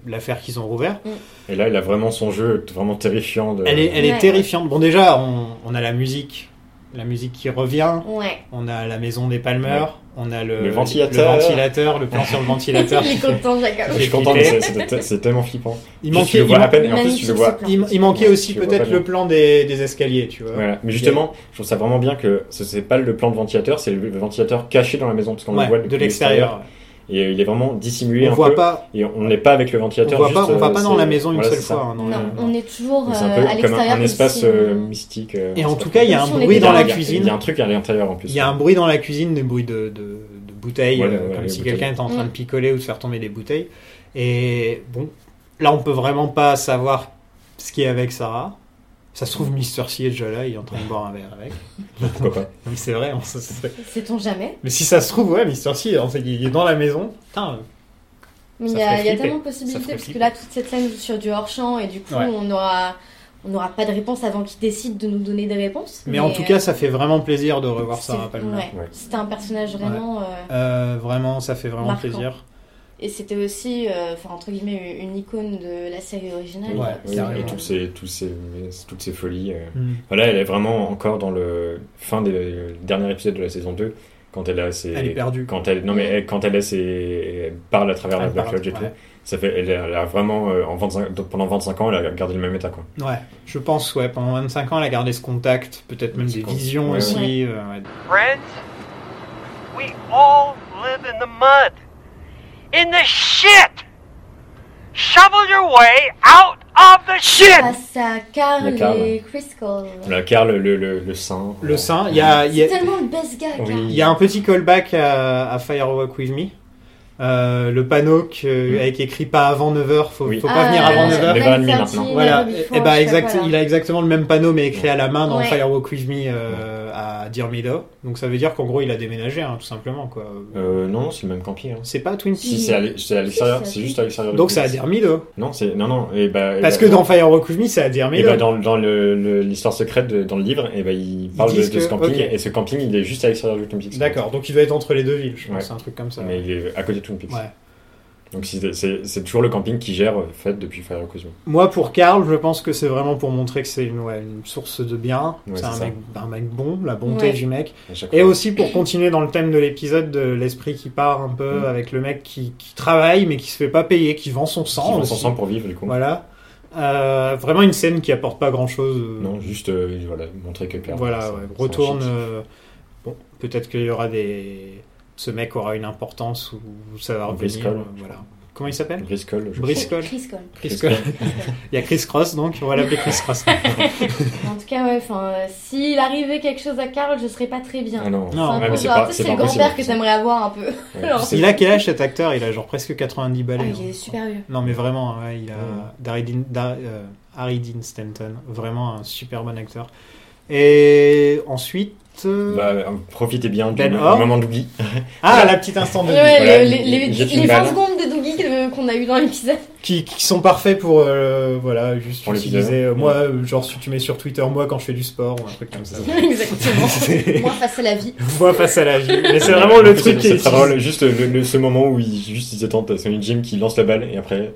le- l'affaire qu'ils ont rouvert.
Et là, il a vraiment son jeu vraiment terrifiant. De...
Elle est, elle
Ouais.
est terrifiante. Bon déjà, on, on a la musique, la musique qui revient.
Ouais.
On a la maison des Palmer.
Ouais.
On a le,
Le ventilateur.
le ventilateur, le plan sur le ventilateur.
Il est content, Jacob.
Je suis content, mais c'est- c'est c'est tellement flippant.
Il
Juste, tu
manquait,
le
il
vois à
man-
peine, et en plus, tu
Magnifique,
le vois
ce plan.
il- il manquait
Ouais,
aussi
tu vois pas
peut-être
bien.
le plan des, des escaliers, tu vois.
Voilà. Mais justement, je trouve ça vraiment bien que ce n'est pas le plan de ventilateur, c'est le ventilateur caché dans la maison, parce qu'on
Ouais,
le voit
de l'extérieur.
Et euh, il est vraiment dissimulé
On
un
voit
peu.
pas,
Et on n'est pas avec le
on
ventilateur.
voit
juste,
pas, on va
euh,
pas dans
c'est-
la maison une
voilà,
seule
c'est ça.
fois. hein, non.
Non, on est toujours
Donc, C'est
euh,
un
à
peu comme
l'extérieur.
un, un
comme
espace
si on-
euh, mystique. euh,
Et
je
en
sais
tout
pas
cas, il y a
comment.
un
Sur les
bruit dans
détails,
la
Il y a- Il y a
cuisine.
un truc à l'intérieur en plus.
Il y a un bruit dans la cuisine, des bruits de, de, de bouteilles,
Ouais,
euh,
ouais,
comme
les
si
bouteilles.
quelqu'un était en train
Mm.
de picoler ou de faire tomber des bouteilles. Et bon, là, on peut vraiment pas savoir ce qui est avec Sarah. Ça se trouve, Mister C est déjà là, il est en train de boire un verre avec.
Pourquoi pas
Non, mais c'est vrai, on se- c'est-
Sait-on jamais
mais si ça se trouve, ouais, Mister C, en fait, il est dans la maison. Putain,
Mais
Ça
il y, a-
ferait
il y a
flipper.
tellement de
Ça
possibilités
ferait
parce que
flipper.
là, toute cette scène joue sur du hors-champ et du coup,
Ouais.
on aura. On n'aura pas de réponse avant qu'ils décident de nous donner des réponses.
Mais en tout
euh,
cas, ça fait vraiment plaisir de revoir
c'est-
Sarah Palmer.
ouais.
Ouais.
C'était un personnage vraiment. euh,
Euh, vraiment, ça fait vraiment
Marquant.
plaisir.
et c'était aussi, euh, enfin, entre guillemets, une icône de la série originale.
Oui,
Ouais,
oui,
carrément.
et tous ces, tous ces, toutes ces folies. euh.
Mm.
Voilà, elle est vraiment encore dans le fin des le dernier épisode de la saison 2 quand elle a ses
Elle est perdue.
quand elle non mais elle- quand elle a ses elle parle à travers la
Elle
Black
parle,
Lodge et tout.
ouais.
Ça fait elle a, elle a vraiment euh, en 25 donc pendant 25 ans, elle a gardé le même état quoi.
Ouais, je pense, ouais, pendant 25 ans, elle a gardé ce contact, peut-être même
Ce
des
contact,
visions
ouais,
aussi.
ouais.
euh, ouais.
friends. We all live in the mud. In the shit! Shovel your way out of the shit!
Face à Carl
Le Carl.
et Chris Cole.
Voilà, Carl le le le sein.
Le sein, il y a, il y
C'est
a-
tellement le best gars,
Oui.
Carl.
il y a un petit callback à, à Firewalk With Me. Euh, le panneau que,
Mm.
avec écrit pas avant 9h, faut,
Oui.
faut pas venir
Ah,
avant
neuf
9h.
heures. Les vannes, maintenant.
9h30,
Voilà,
before,
et,
je sais
bah
pas
exact,
quoi, là.
il a exactement le même panneau mais écrit à la main dans
Ouais.
Firewalk With Me euh, à Dear Meadow. Donc ça veut dire qu'en gros il a déménagé, hein, tout simplement quoi.
Euh, non, c'est le même camping. hein.
C'est pas Twin
Si
Peaks.
c'est à l'e- c'est à l'extérieur,
Si,
c'est juste à l'extérieur. de
Donc
Queens.
c'est à Dear Meadow.
Non, c'est non non, et bah, et
Parce
bah,
que dans Firewalk With Me, c'est à dire mais
Et bah dans, dans le- le- l'histoire secrète, de- dans le livre, et bah il parle de,
disent
de ce
que-
camping,
ok.
et ce camping il est juste à l'extérieur du Twin Peaks.
D'accord, donc il doit être entre les deux villes, je pense,
Ouais.
c'est un truc comme ça.
Mais il est à côté de Twin Peaks.
Ouais.
Donc si c'est- c'est c'est toujours le camping qui gère euh, fait depuis Fire Cosmo.
Moi, pour Karl, je pense que c'est vraiment pour montrer que c'est une, ouais, une source de bien,
Ouais,
c'est
c'est
un
ça.
mec, un mec bon, la bonté
Ouais.
du mec,
à chaque
et
fois.
aussi pour continuer dans le thème de l'épisode de l'esprit qui part un peu
Mm.
avec le mec qui, qui travaille mais qui se fait pas payer, qui vend son
Ils
sang.
vont
aussi.
ensemble pour vivre du coup.
Voilà. Euh, vraiment une scène qui apporte pas grand chose.
Non, juste euh, voilà, montrer que Claire.
Voilà,
ça-
ouais,
ça
retourne.
enchaîne.
euh, bon, peut-être qu'il y aura des. Ce mec aura une importance ou ça va
Ou
revenir.
Chris Cole.
euh, voilà. Comment il s'appelle
Briscoe. je crois.
Briscoe.
Chris Cole.
Chris Cole. Il y a Chris Cross, donc on va l'appeler Chris Cross.
En tout cas, ouais, enfin, euh, s'il arrivait quelque chose à Carl, je serais pas très bien.
Ah non.
Non,
Enfin,
ouais, mais
c'est
genre,
pas-
tu sais,
c'est
c'est
pas
le grand-père
possible.
que t'aimerais avoir un peu.
Ouais,
Alors,
je sais
Il
pas.
a quel âge cet acteur Il a genre presque 90
Ah,
balais.
il
hein.
est super vieux.
Non, mais vraiment, ouais, il a
Ouais.
Darry Dean- Da- euh, Harry Dean Stanton, vraiment un super bon acteur. Et ensuite. euh,
Bah, euh, profitez bien du
Ben
du
Hor.
moment d'oubli.
ah,
voilà.
la petite instant de
Ouais,
vie,
Voilà,
le-
il-
les, les,
il jette
les
une
20
balle.
secondes de Doogie que- euh, qu'on a eu dans l'épisode.
qui, qui sont parfaits pour euh, voilà, juste
Pour l'épisode.
utiliser. euh, moi, euh, genre, si tu mets sur Twitter, moi quand je fais du sport ou un truc comme ça.
Exactement. Moi, face à la vie.
moi face à la vie. Mais c'est vraiment le truc qui
C'est
est.
très drôle, juste le- le- ce moment où ils, juste, ils attendent à Sonny Jim qui lance la balle et après.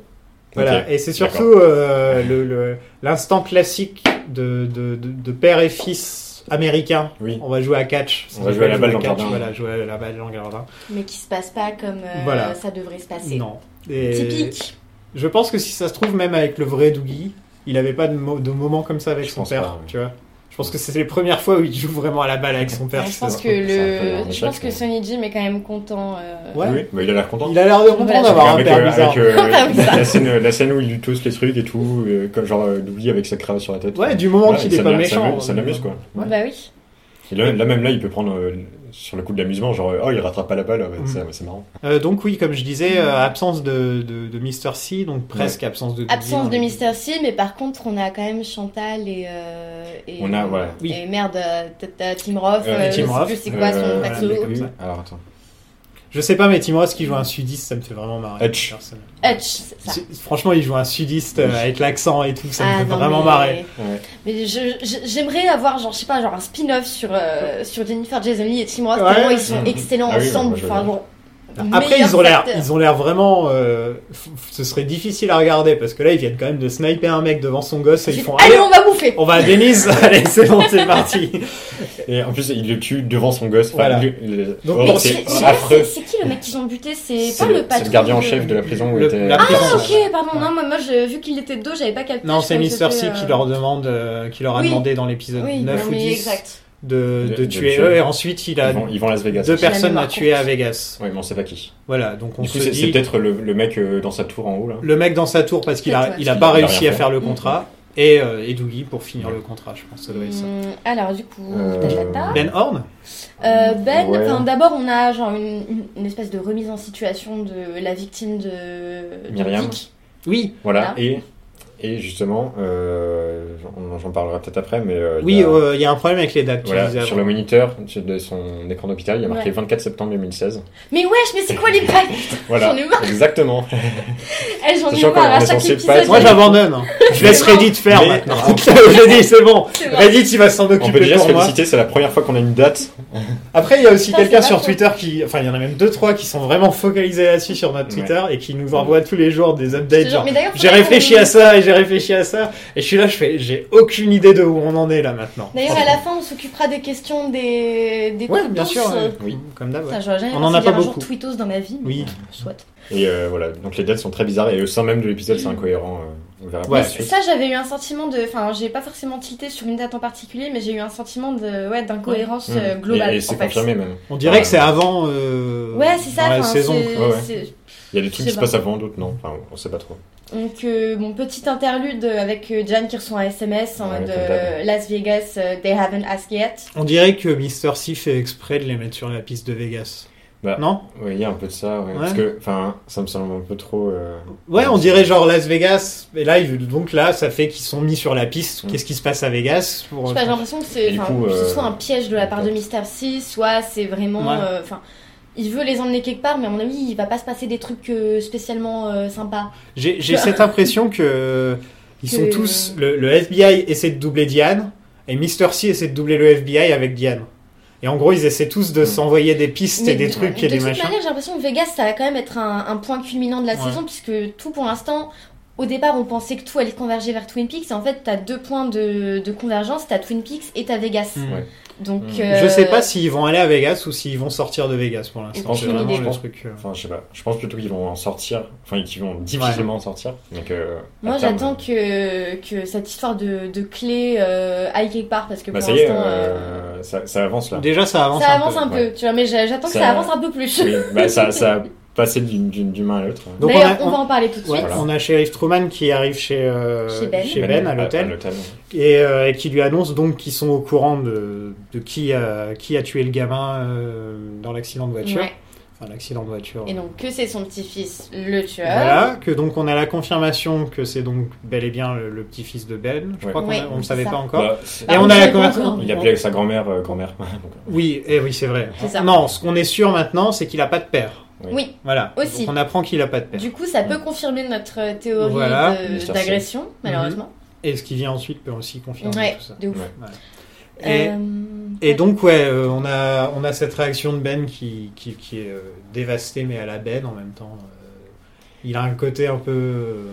Voilà,
Ok.
et c'est surtout euh, le- le- l'instant classique de, de, de, de père et fils américain.
Oui.
On va jouer à catch.
On va jouer à la balle dans le
catch,
jardin.
Voilà, jouer à la balle dans le jardin.
Mais qui se passe pas comme euh,
Voilà.
ça devrait se passer.
Non. Et
Typique.
Je pense que si ça se trouve, même avec le vrai Doogie, il n'avait pas de, mo- de moment comme ça avec
Je
son
pense
père.
pas, oui.
Tu vois Je pense que c'est les premières fois où il joue vraiment à la balle avec son père.
Ouais, je pense
c'est-
que
c'est un peu
le,
un
je pense
échec,
que
mais-
Sonny Jim est quand même content. euh,
Ouais.
Oui, bah, il a l'air content.
Il a l'air de content
Voilà.
d'avoir un
avec,
père
euh,
bizarre.
avec, euh,
Comme ça.
la, scène, la scène où il lui tousse les trucs et tout, euh, comme genre euh, Dougie avec sa cravate sur la tête.
Ouais, du moment
Voilà,
qu'il
euh,
n'est
ça
pas
m'a-
méchant. euh,
Ça m'amuse quoi.
Ouais.
Bah oui.
Et là, là, même là, il peut prendre euh, sur le coup de l'amusement, genre euh, oh il rattrape pas la balle, ouais,
Mm.
ça- ouais, c'est marrant.
Euh, donc oui, comme je disais, euh, absence de, de, de Mr. C, donc presque absence de Doogie.
Absence
dans
de
les-
Mr. C, mais par contre, on a quand même Chantal et. euh, et
On a, ouais.
Oui.
Et merde, euh, peut-être, euh, Tim Roth.
Euh,
euh,
Tim
je sais
Roth,
plus c'est quoi son
euh,
voilà,
pseudo.
mais comme ça.
Alors attends.
Je sais pas, mais Tim Ross qui joue un sudiste, ça me fait vraiment marrer.
Hutch.
Personne.
Hutch, c'est ça.
Su- Franchement, il joue un sudiste euh,
Oui.
avec l'accent et tout, ça
Ah,
me fait
non,
vraiment
mais-
marrer.
Ouais.
Mais je- je- j'aimerais avoir, genre, je sais pas, genre un spin-off sur, euh, sur Jennifer Jason Lee et Tim Roth.
Ouais. bah,
Tellement ils sont
Mhm.
excellents
Ah oui,
ensemble.
moi, je
enfin,
veux
genre,
Après,
meilleurs
ils ont l'air,
acteurs.
ils ont l'air vraiment. euh, f- f- ce serait difficile à regarder parce que là, ils viennent quand même de sniper un mec devant son gosse et ils
Ensuite,
font.
Allez, on va bouffer!
on va à Denise. Allez, c'est bon, c'est parti.
Et en plus, il le tue devant son gosse. Enfin,
Voilà.
il- il-
Donc,
oh,
Mais
c'est
je- je sais pas,
affreux.
C'est c'est qui le mec qu'ils ont buté C'est
C'est
pas le patron.
c'est gardien en
de-
chef de la prison où
Le-
était.
la prison.
Ah, ok, pardon,
Ouais.
non, moi, moi je, vu qu'il était de dos, j'avais pas capté.
Non,
je
c'est
croyais que
Mr. C
c'était,
qui
euh,
leur demande, euh, qui leur a
Oui.
demandé dans l'épisode
Oui,
9
non,
ou
mais
10
exact.
de,
De-
de
de
tuer
tuer.
eux. Et ensuite, il a
Ils vont, ils vont à Las Vegas.
deux
J'ai la
personnes à
mémoire
tuer
courte.
à Vegas.
Ouais, mais on sait pas qui.
Voilà, donc on
du coup,
se
c'est c'est
dit
peut-être le, le mec euh, dans sa tour en haut là.
le mec dans sa tour parce qu'il a,
Peut-être, ouais.
il a
Il
pas
a Mm.
réussi
rien
à
fait.
faire le contrat et, euh, et Doogie pour finir
Ouais.
le contrat. Je pense que ça doit être ça.
Hum, alors, du coup,
Euh,
tatata.
Ben Horn.
Euh, Ben,
Ouais.
enfin, d'abord, on a genre une, une- une espèce de remise en situation de la victime de. de
Myriam.
Dick.
Oui,
Voilà.
Voilà.
Et, et justement, euh, j'en- j'en parlerai peut-être après, mais. euh, il
oui,
y a-
euh, il y a un problème avec les dates. tu disais
Voilà, sur
avant.
le moniteur sur- de son écran d'hôpital, il y a marqué
Ouais.
24 septembre 2016.
Mais wesh, mais c'est quoi les pactes
Voilà,
J'en ai marre.
exactement.
Eh, J'en ai
Sachant
marre à
qu'on est
chaque
censé
épisode.
pas-
Moi, j'abandonne. hein. Je laisse
Mais-
Reddit faire
mais-
maintenant. Je dis, c'est bon.
C'est vrai.
Reddit, il va s'en
On peut
occuper
déjà se
pour moi.
féliciter, c'est la première fois qu'on a une date.
Après, il y a aussi
Ça, c'est
quelqu'un
pas
sur
faux.
Twitter qui, enfin, il y en a même deux, trois qui sont vraiment focalisés là-dessus sur notre
Ouais.
Twitter et qui nous envoient tous les jours des updates. Genre,
Mais d'ailleurs,
j'ai
faudrait qu'on-
réfléchi à ça et j'ai réfléchi à ça. Et je suis là, je fais, j'ai aucune idée de où on en est là maintenant.
D'ailleurs, à la fin, on s'occupera des questions des. des
Ouais, bien
tweetos.
sûr. ouais.
Oui.
Comme d'hab. ouais.
Putain, j'aurais jamais
On en
pensé
a pas
dire un
beaucoup.
jour tweetos dans ma vie. mais
Oui.
Soit.
Et euh, voilà, donc les dates sont très bizarres et au sein même de l'épisode, c'est incohérent. euh, on verra
Ouais.
par la suite.
Ça, j'avais eu un sentiment de. Enfin, j'ai pas forcément tilté sur une date en particulier, mais j'ai eu un sentiment de ouais, d'incohérence
Mmh.
euh,
Mm.
globale.
Et, et
en
c'est
fait.
confirmé même.
On dirait que c'est avant. euh,
Ouais, c'est ça.
dans la
enfin,
saison.
c'est-
quoi, ouais.
c'est-
Il y a des trucs
Je
qui
sais
se
pas.
passent avant d'autres, non Enfin, on sait pas trop.
Donc, euh, mon petit interlude avec euh, Jan qui reçoit un SMS en
Ouais,
mode
comme d'hab.
euh, Las Vegas, euh, they haven't asked yet.
On dirait que Mister C fait exprès de les mettre sur la piste de Vegas.
Bah.
Non
Oui, il y a un peu de ça, ouais.
Ouais.
Parce que, enfin, ça me semble un peu trop. euh,
Ouais, on dirait genre Las Vegas. Et là, ils- donc là, ça fait qu'ils sont mis sur la piste.
Mm.
Qu'est-ce qui se passe à Vegas pour...
Je sais pas, j'ai l'impression que
Et
c'est
du
enfin,
coup,
que ce
euh,
soit un piège de la part de Mister C, soit c'est vraiment.
Ouais.
euh, Enfin, il veut les emmener quelque part, mais à mon avis, il va pas se passer des trucs euh, spécialement euh, sympas.
J'ai j'ai cette impression que ils sont
Que-
tous. Le, le FBI essaie de doubler Diane et Mister C essaie de doubler le FBI avec Diane. Et en gros, ils essaient tous de
Mm.
s'envoyer des pistes et
Mais
des
de-
trucs et
de
des
toute
machins.
manière, j'ai l'impression que Vegas, ça va quand même être un, un point culminant de la
Ouais.
saison, puisque tout pour l'instant, au départ, on pensait que tout allait converger vers Twin Peaks, et en fait, t'as deux points de, de convergence, t'as Twin Peaks et t'as Vegas.
Mm.
Ouais.
Donc,
Mm.
euh,
Je sais pas s'ils vont aller à Vegas ou s'ils vont sortir de Vegas pour l'instant.
Aucune
C'est vraiment
idée.
le truc. euh,
Enfin, je sais pas. Je pense plutôt qu'ils vont en sortir. Enfin, qu'ils vont difficilement en sortir. Donc, euh, à
Moi,
terme,
j'attends que, que cette histoire de, de clé euh, aille quelque part, parce que
Bah,
pour
ça y est,
l'instant, euh,
euh, ça, ça avance là.
Déjà, ça avance.
ça
un
avance
peu.
un peu,
ouais.
tu vois, mais j'a- j'attends que
Ça-
ça avance un peu plus.
Oui, bah, ça, ça a passer d'une- d'une d'humain à l'autre.
Donc on
D'ailleurs,
a-
on, va en parler tout de
Ouais,
suite.
Voilà.
On a Sheriff Truman qui arrive chez, euh,
Chez Ben.
à l'hôtel.
ouais.
et, euh, et qui lui annonce donc qu'ils sont au courant de, de qui, a, qui a tué le gamin euh, dans l'accident de voiture.
Ouais.
Enfin, l'accident de voiture.
Et euh, donc que c'est son petit-fils le tueur.
Voilà, que donc on a la confirmation que c'est donc bel et bien le, le petit-fils de Ben. Je
Ouais.
crois qu'on
Ouais,
a- on ne
c'est
savait
ça.
pas encore.
Bah,
Et
Bah,
on
on
a la
sait pas
conversation.
encore.
Il appelait avec sa grand-mère, euh, grand-mère. Donc,
Oui, et oui, c'est vrai.
C'est ça.
Non, ce qu'on est sûr maintenant, c'est qu'il a pas de père.
Oui.
Voilà.
Aussi.
Donc on apprend qu'il a pas de père.
Du coup, ça peut confirmer notre euh, théorie
Hmm. Voilà.
de-
Mr.
Mhm.
d'agression, malheureusement.
Et ce qui vient ensuite peut aussi confirmer
Ouais,
tout ça.
de ouf.
Ouais.
Et,
Euh,
et donc ouais, euh, on a on a cette réaction de Ben qui qui, qui est euh, dévastée mais à la Ben en même temps. Euh, il a un côté un peu, euh,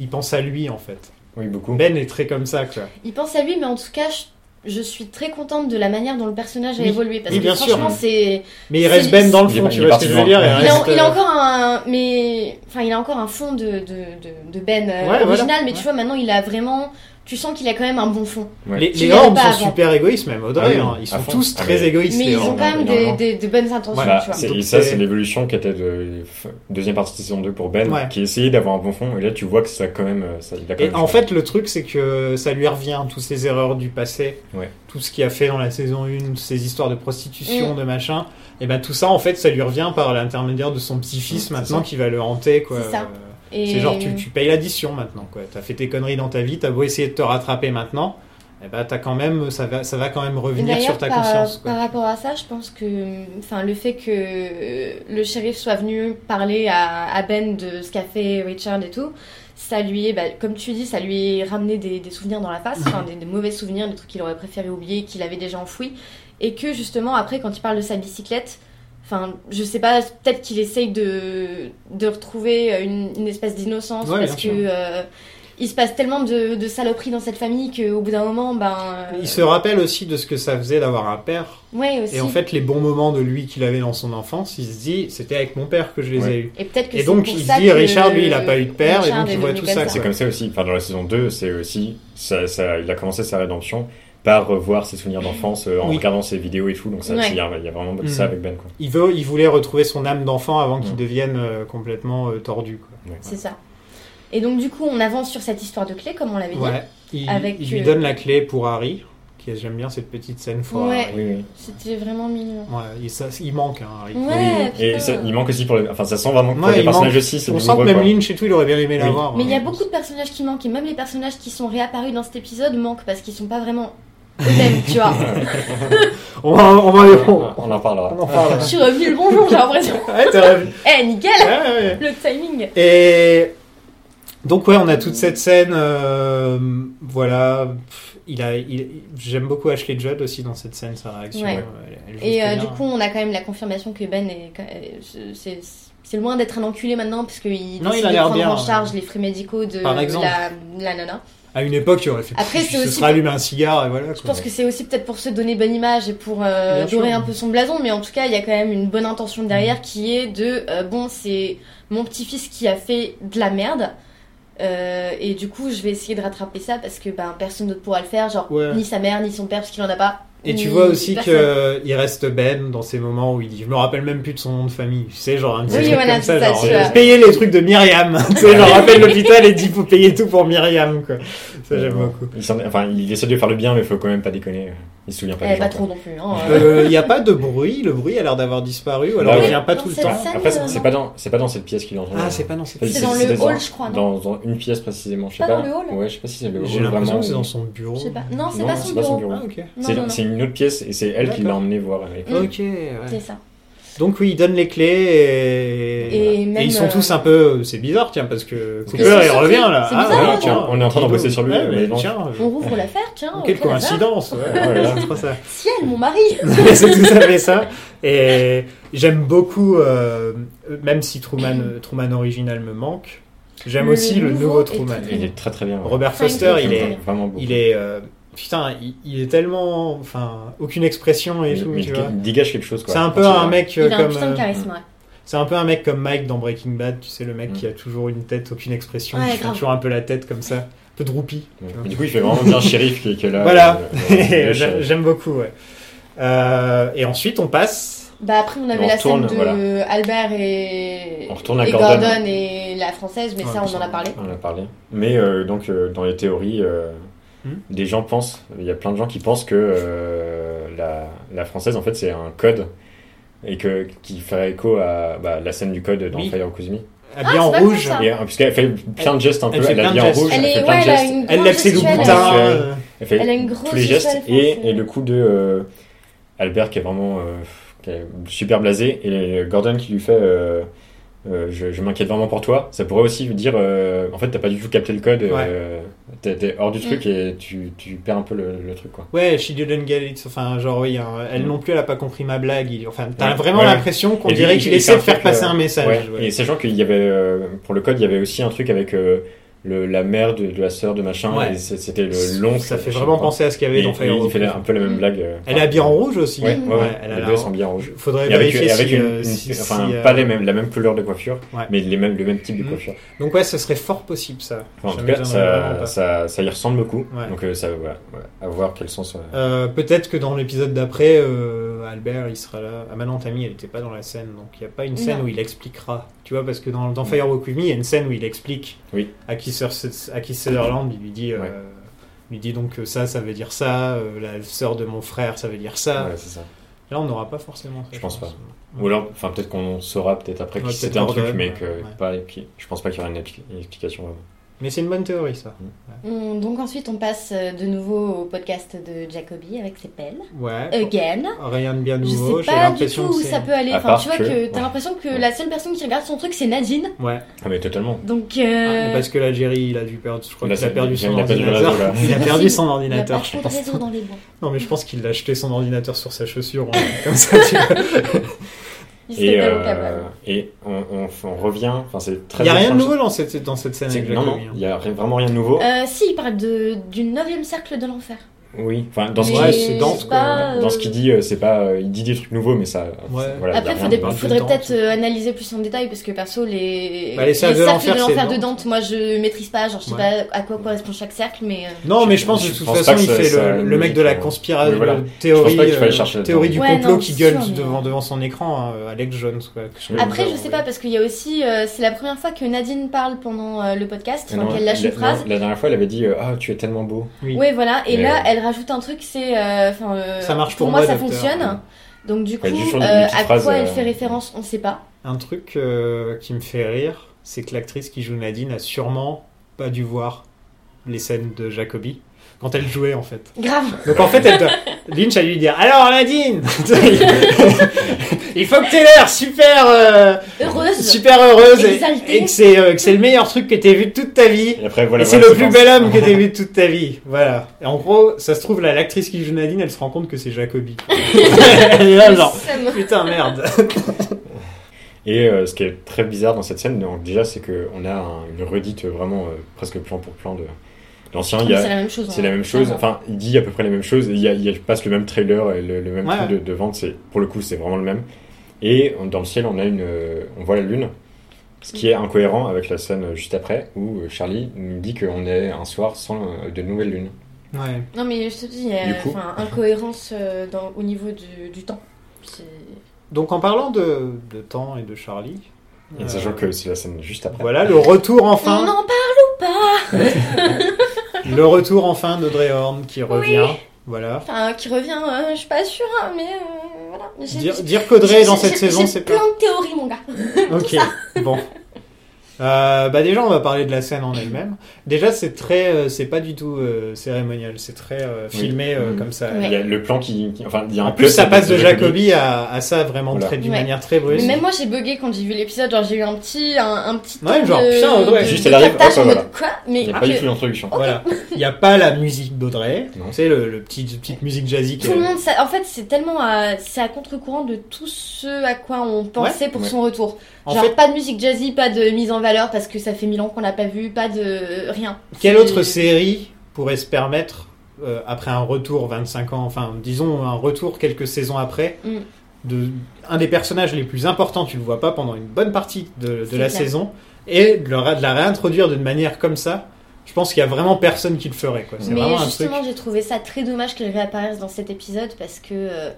il pense à lui en fait.
Oui, beaucoup.
Ben est très comme ça quoi.
Il pense à lui, mais en tout cas, je, je suis très contente de la manière dont le personnage a
Oui.
évolué. Parce
Oui,
que
bien sûr.
franchement, c'est.
Mais il
C'est-
reste Ben dans le
Il est-
fond,
il
tu
est
vois ce que je veux
parti
dire.
loin.
il
Il, a,
reste,
il a
euh,
encore un. Mais. Enfin, il a encore un fond de, de, de, de Ben euh,
Ouais, voilà.
original, mais
Ouais.
tu vois, maintenant, il a vraiment. Tu sens qu'il a quand même un bon fond.
Ouais.
Les,
Tu
les
l'avais
Orbs
pas
sont
avant.
super égoïstes même, Audrey.
Ah oui,
hein. Ils sont
à fond.
tous
Ah
très
oui.
égoïstes.
Mais
les
ils
Orbs.
ont quand même
énormément.
des, des, des bonnes intentions,
Voilà,
tu vois.
Bah, c'est-
Donc,
et ça,
c'est-
c'est l'évolution qui était de f- deuxième partie de saison 2 pour Ben,
Ouais.
qui essayait d'avoir un bon fond. Et là, tu vois que ça, quand même, euh, ça, il a quand
Et
même
en
changé.
fait, le truc, c'est que ça lui revient, toutes ces erreurs du passé,
Ouais.
tout ce qu'il a fait dans la saison 1, ces histoires de
Mm.
prostitution, de machin, et ben tout ça, en fait, ça lui revient par l'intermédiaire de son petit-fils
Mm, c'est
maintenant
ça.
qui va le hanter, quoi.
C'est ça.
Euh,
Et-
C'est genre, tu, tu payes l'addition maintenant, quoi. T'as fait tes conneries dans ta vie, t'as beau essayer de te rattraper maintenant, et ben t'as quand même, ça va, ça va quand même
Et
revenir
D'ailleurs,
sur ta
par,
conscience, quoi.
par rapport à ça, je pense que enfin, le fait que euh, le shérif soit venu parler à, à Ben de ce qu'a fait Richard et tout, ça lui est, bah, comme tu dis, ça lui est ramené des, des souvenirs dans la face, enfin, des, des mauvais souvenirs, des trucs qu'il aurait préféré oublier, qu'il avait déjà enfouis. Et que justement, après, quand il parle de sa bicyclette, enfin, je sais pas, peut-être qu'il essaye de, de retrouver une, une espèce d'innocence
Ouais,
parce que.
bien sûr.
euh, il se passe tellement de, de saloperies dans cette famille qu'au bout d'un moment, ben. euh,
Il se rappelle aussi de ce que ça faisait d'avoir un père.
Ouais, aussi.
Et en fait, les bons moments de lui qu'il avait dans son enfance, il se dit, c'était avec mon père que je les
Ouais.
ai eus.
Et peut-être que
Et
c'est
donc,
pour
il
ça
dit,
que
Richard, lui, il a pas eu de père, et
Richard
donc il
est
voit
devenu
tout ça,
comme
quoi.
C'est comme ça aussi, enfin dans la saison 2, c'est aussi, ça, ça, il a commencé sa rédemption par revoir ses souvenirs d'enfance euh, en
Oui.
regardant ses vidéos et tout, donc ça,
Ouais.
il y, a il y a vraiment
Mm.
ça avec Ben. Quoi.
Il, veut, il voulait retrouver son âme d'enfant avant qu'il
Mm.
devienne euh, complètement euh, tordu. Quoi.
C'est ça. Et donc, du coup, on avance sur cette histoire de clé, comme on l'avait dit.
Ouais. Il,
Avec,
il lui
euh,
donne la clé pour Harry, qui j'aime bien cette petite scène foire.
Ouais.
Oui, oui.
C'était vraiment mignon.
il, ça- il manque, hein, Harry.
Ouais,
Oui, Et
putain.
ça- il manque aussi pour les, enfin ça sent vraiment pour
Ouais,
les
il
personnages
manque.
aussi, c'est
On sent que
douloureux,
même
quoi.
Lynch et tout, il aurait bien aimé
Oui.
l'avoir.
Mais il y a
hein.
beaucoup de personnages qui manquent, et même les personnages qui sont réapparus dans cet épisode manquent parce qu'ils sont pas vraiment eux-mêmes, tu vois.
On, va- on va- on-
Ah, On en parlera.
on en parle.
Je suis revenue le bonjour, j'ai l'impression.
Ouais, t'as raison.
Eh, nickel
Ouais, ouais, ouais.
Le timing
Et donc ouais, on a toute cette scène. euh, voilà, Pff, il a, il- j'aime beaucoup Ashley Judd aussi dans cette scène, sa réaction.
Ouais.
euh, elle- elle joue
Et
très
euh,
bien.
du coup, on a quand même la confirmation que Ben est. euh, C'est c'est loin d'être un enculé maintenant, parce qu'il
Non, il a
décide de
l'air
prendre
bien,
en charge
euh,
les frais médicaux de
par
la,
exemple.
la nana.
à une époque, il aurait fait.
Après,
pff,
c'est
il se
aussi-
serait allumé un cigare et voilà.
Je pense que c'est aussi peut-être pour se donner bonne image et pour euh,
Bien sûr. Mmh.
dorer un peu son blason, mais en tout cas, il y a quand même une bonne intention derrière qui est de euh, bon, c'est mon petit-fils qui a fait de la merde, euh, et du coup, je vais essayer de rattraper ça parce que ben, personne d'autre pourra le faire, genre
Ouais.
ni sa mère, ni son père, parce qu'il en a pas.
Et tu
ni
vois aussi
personne.
que il reste Ben dans ces moments où il dit, je me rappelle même plus de son nom de famille. Tu sais, genre un petit
Oui,
truc
voilà,
comme ça,
c'est ça,
genre
tu
euh,
vois.
payer les trucs de Myriam. tu sais, genre appelle l'hôpital et dit, faut payer tout pour Myriam quoi. Ça j'aime beaucoup.
Il s'en- enfin, il essaie de faire le bien, mais faut quand même pas déconner. Il se souvient pas
Eh,
des gens,
pas
quoi.
trop non plus. hein,
Il
euh.
n'y a pas de bruit, le bruit a l'air d'avoir disparu, ou alors
Bah
il
ouais.
vient pas
Non,
tout le
c'est
temps.
la scène,
Après,
euh,
c'est
non.
pas dans, c'est pas dans cette pièce qu'il entend.
Ah, c'est pas dans cette
Oui,
C'est dans le hall, je crois, non
Dans, dans une pièce précisément, je sais
Pas
pas.
dans le hall
Ouais, je sais pas si c'est le hall.
J'ai l'impression
vraiment,
que c'est dans
ou-
son bureau.
Je sais pas. Non, c'est
Non,
pas son bureau.
Ah, ok.
Non, non,
C'est
non.
c'est une autre pièce et c'est elle qui l'a
D'accord.
emmené voir avec.
Mm.
Ok, ouais.
C'est ça.
Donc oui, il donne les clés et,
Et même,
ils sont tous
euh,
un peu... C'est bizarre, tiens, parce que
qu'ils
Cooper,
sont
il
surpris.
revient là. Ah,
C'est bizarre,
hein. Tiens, on est en train d'en bosser sur lui,
Ouais, mais
mais non.
tiens,
On rouvre l'affaire, tiens.
quelle
au quel hasard.
coïncidence. ouais,
Ouais,
c'est trop ça.
Ciel, mon mari
c'est tout à fait ça. Et j'aime beaucoup, euh, même si Truman, Truman original me manque, j'aime
Le
aussi le
nouveau
nouveau
est
Truman.
très, très
Il est très très bien. ouais.
Robert
Frank
Foster,
Gehry.
il est...
vraiment beau.
Il est... euh, Putain, il, il est tellement, enfin, aucune expression et
Mais-
tout,
mais
tu
il,
vois.
il dégage quelque chose quoi.
C'est un peu un mec euh,
Il a un
comme,
putain de
euh,
charisme, ouais.
c'est un peu un mec comme Mike dans Breaking Bad, tu sais le mec
Mm.
qui a toujours une tête, aucune expression,
Ouais,
qui fait
grave.
toujours un peu la tête comme ça, un peu de roupie.
Ouais. Mais Du coup, il fait vraiment bien shérif qui, qui est là.
voilà,
euh, euh,
J'a- j'aime beaucoup. Ouais. Euh, et ensuite on passe
Bah après on avait
On
la
retourne,
scène de
voilà.
Albert et,
On retourne à
et
Gordon.
et la française, mais
Ouais,
ça
plus
on en a parlé.
On en a parlé. Mais euh, donc, euh, dans les théories, euh,
Hmm.
des gens pensent, il y a plein de gens qui pensent que euh, la, la française, en fait, c'est un code et que, qui ferait écho à bah, la scène du code dans
Oui.
Fire Okuzumi.
Habillée en
Ah, c'est pas con,
rouge.
ça.
Et, euh, Puisqu'elle fait plein de gestes un
Elle
peu,
fait
elle a
plein de
bien en
gestes.
rouge,
Elle
elle,
est,
fait
ouais,
plein de
elle a
gestes.
une
Elle
grande
lève ses loups
gestuelle.
boutins.
euh,
Elle fait
Elle a une grosse
tous les gestes
gestuelle
et,
française.
et le coup de euh, Albert qui est vraiment euh, qui est super blasé et Gordon qui lui fait euh, euh, je, je m'inquiète vraiment pour toi. Ça pourrait aussi lui dire euh, en fait t'as pas du tout capté le code, euh, t'es t'es hors du truc et tu, tu perds un peu le, le truc quoi.
Ouais, she didn't get it. Enfin, genre, oui, hein, elle non plus, elle a pas compris ma blague. Il- Enfin, t'as
Mm. Ouais.
vraiment
Ouais.
l'impression qu'on
Et lui,
dirait
il-
qu'il
il
essaie
fait
de
un
faire
truc, euh,
passer un message.
Ouais.
ouais.
Et sachant qu'il y avait euh, pour le code il y avait aussi un truc avec euh, le, la mère de, de la sœur de machin
Ouais.
et c'est- c'était le long.
Ça fait
je sais
vraiment
pas.
penser à ce qu'il y
Et,
avait dans
et
Fire
il
Emblem.
fait un peu la même
Mm.
blague. euh,
Elle est habillée en rouge aussi.
Ouais, ouais, ouais.
elle a
les
la-
deux sont bien rouges.
Faudrait
Et avec,
vérifier
avec
si,
une,
euh,
une-
si-
enfin,
si, euh,
pas les mêmes, la même couleur de coiffure,
Ouais.
mais les mêmes, le même type de
Mhm.
coiffure.
Donc ouais, ça serait fort possible ça.
Enfin, en
Ça
tout cas,
m'étonnerait vraiment
ça,
pas.
ça, ça y ressemble beaucoup.
Ouais.
Donc, euh, ça, voilà, voilà. à voir quels sont. ça-
Euh, Peut-être que dans l'épisode d'après, euh, Albert il sera là. Ah bah non, Tammy elle était pas dans la scène, donc il n'y a pas une scène
Non.
où il expliquera. Tu vois, parce que dans, dans Fire Walk With Me, il y a une scène où il explique
Oui.
à qui Sir- à qui Sutherland, il lui dit, euh,
Ouais.
lui dit donc que ça, ça veut dire ça, euh, la sœur de mon frère, ça veut dire ça.
Voilà, c'est ça.
Là, on n'aura pas forcément ça.
Je pense pas. Ou alors, enfin, peut-être qu'on saura peut-être après
Ouais,
que
peut-être
c'était un
après,
truc,
ouais.
mais que
Ouais.
pas, qui- je pense pas qu'il y aura une, expli- une explication. vraiment.
Mais c'est une bonne théorie ça.
Hum, Donc ensuite on passe euh, de nouveau au podcast de Jacobi avec ses pelles.
Ouais.
Again.
Rien de bien
Je
nouveau.
sais
j'ai
pas du tout
l'impression
où
que
ça
c'est-
peut aller.
À
Enfin,
part
tu vois
que-
que
ouais.
t'as l'impression que
Ouais.
la seule personne qui regarde son truc c'est Nadine.
Ouais.
Ah, mais totalement.
Donc
Ah,
euh,
mais parce que l'Algérie, il a dû perdre. Je crois
Là,
qu'il a
Bah, c'est-
perdu
il a
son
perdu le
ordinateur.
réseau, là.
Il a perdu son
il n'y a pas
ordinateur. je
trop de
pense.
réseau dans les bois.
Non, mais je pense qu'il a acheté son ordinateur sur sa chaussure. hein, comme ça, tu vois.
Il
Et,
serait
euh,
tellement capable.
et on, on, on revient. Enfin, c'est
Il
très.
n'y a rien de
étrange.
nouveau dans cette, dans cette scène
C'est
avec
que- Non, non,
Jacobi, hein.
il y a rien- vraiment rien de nouveau.
Euh, si, il parle de, du 9 cercle de l'enfer.
Oui, enfin, dans ce
Mais
qu'il-
Ouais, c'est dense,
c'est
quoi.
pas,
dans ce qu'il dit, euh, c'est pas, euh, il dit des trucs nouveaux, mais ça.
Ouais.
voilà, il y a
Après,
rien
faudrait,
de-
un peu
faudrait
dense.
peut-être euh, analyser plus en détail parce que perso, les,
Bah, les cercles de l'enfer, c'est
de
dense.
Dante, moi je maîtrise pas, genre je sais
Ouais.
pas à quoi correspond chaque cercle, mais. euh,
Non, mais
Je-
je pense que de
je
toute
pense
façon,
pas que
il
ça-
fait
ça-
le, le mec de la
ça-
conspiration,
oui, voilà.
théorie,
pas qu'il fallait
euh,
chercher là-dedans.
théorie du
Ouais,
complot
non,
qui
c'est
gueule
sûr, mais-
devant, devant son écran, hein, Alex Jones. Quoi, que-
Après, je sais pas parce qu'il y a aussi, euh, c'est la première fois que Nadine parle pendant euh, le podcast,
Et
enfin,
non,
qu'elle lâche
la,
une phrase.
non, la dernière fois, elle avait dit euh, Ah, tu es tellement beau.
Oui.
Ouais, voilà, et
Mais,
là,
euh,
elle rajoute un truc, c'est. euh, Enfin, euh,
Ça marche pour
moi,
moi,
ça
docteur.
fonctionne. Donc, du coup,
Elle dit toujours des
euh,
petites
à
phrases,
quoi elle
euh,
fait référence, on sait pas.
Un truc euh, qui me fait rire, c'est que l'actrice qui joue Nadine a sûrement pas dû voir les scènes de Jacobi quand elle jouait en fait.
Grave.
Donc en fait, elle doit- Lynch a dû lui dire Alors Nadine, il faut que t'aies l'air super, euh,
Heureuse.
super heureuse et,
Exaltée.
et que c'est euh, que c'est le meilleur truc que t'aies vu de toute ta vie.
Et après, voilà.
et c'est
voilà,
le
je
plus
pense.
bel homme que t'aies vu de toute ta vie. Voilà. Et en gros, ça se trouve, là, l'actrice qui joue Nadine, elle se rend compte que c'est Jacobi. Elle est là, genre,
Ça me-
Putain, merde.
Et euh, ce qui est très bizarre dans cette scène, donc, déjà, c'est qu'on a un- une redite vraiment euh, presque plan pour plan de l'ancien.
Ah,
Il
mais
y
C'est la
a-
même chose.
C'est
hein.
la même chose.
Clairement.
Enfin, il dit à peu près la même chose. et Il, y a- il y a- passe le même trailer et le, le même
Ouais.
truc de, de vente. C'est pour le coup, c'est vraiment le même. Et on- dans le ciel, on a une, euh, on voit la lune. Ce qui est incohérent avec la scène euh, juste après où euh, Charlie nous dit qu'on est un soir sans euh, de nouvelle lune.
Ouais.
Non, mais je te dis, il y
Du
a
coup-
enfin, incohérence euh, dans, au niveau du, du temps. C'est-
Donc en parlant de, de temps et de Charlie.
Et
euh,
sachant que c'est la scène juste après.
Voilà le retour enfin,
On en parle ou pas
le retour enfin de Drehorn qui revient. Voilà.
Enfin, qui revient, euh, je suis pas sûre, hein, mais euh, voilà. J'ai-
Dire,
j'ai-
dire qu'Audrey
j'ai-
est dans
j'ai-
cette
j'ai-
saison,
j'ai
c'est
plein
pas.
de théories, mon gars.
Ok. Bon. Euh, bah déjà on va parler de la scène en elle-même. Déjà c'est très, euh, c'est pas du tout euh, cérémonial, c'est très euh, filmé euh,
Mhm.
comme ça.
Ouais.
Il y a le plan qui, qui- enfin, il y a un
En plus
cut
ça passe de
Jacobi.
Jacobi à, à ça vraiment
Voilà.
très d'une
Ouais.
manière très brusque.
Mais même moi, j'ai bugué quand j'ai vu l'épisode. Genre, j'ai eu un petit. Un, un petit
Ouais,
temps
genre,
de,
putain, Audrey,
de-
juste,
de
elle arrive,
captage
hop,
en
voilà.
mode quoi Mais
Il n'y a
que-
pas du tout l'introduction.
Voilà. Il n'y a pas la musique d'Audrey.
Non.
Tu sais le, le petit petite musique jazzy.
tout le monde, ça- en fait, c'est tellement à, c'est à contre-courant de tout ce à quoi on pensait pour
ouais.
son retour.
En
Genre,
fait,
pas de musique jazzy, pas de mise en valeur parce que ça fait mille ans qu'on l'a pas vu, pas de euh, rien.
Quelle
C'est-
autre série pourrait se permettre, euh, après un retour 25 ans, enfin disons un retour quelques saisons après,
Mm.
de un des personnages les plus importants, tu le vois pas pendant une bonne partie de, de
C'est
la
clair.
saison, et de, le ra- de la réintroduire d'une manière comme ça, je pense qu'il y a vraiment personne qui le ferait. quoi. C'est
Mais
vraiment un truc.
justement, j'ai trouvé ça très dommage qu'elle réapparaisse dans cet épisode parce que. euh,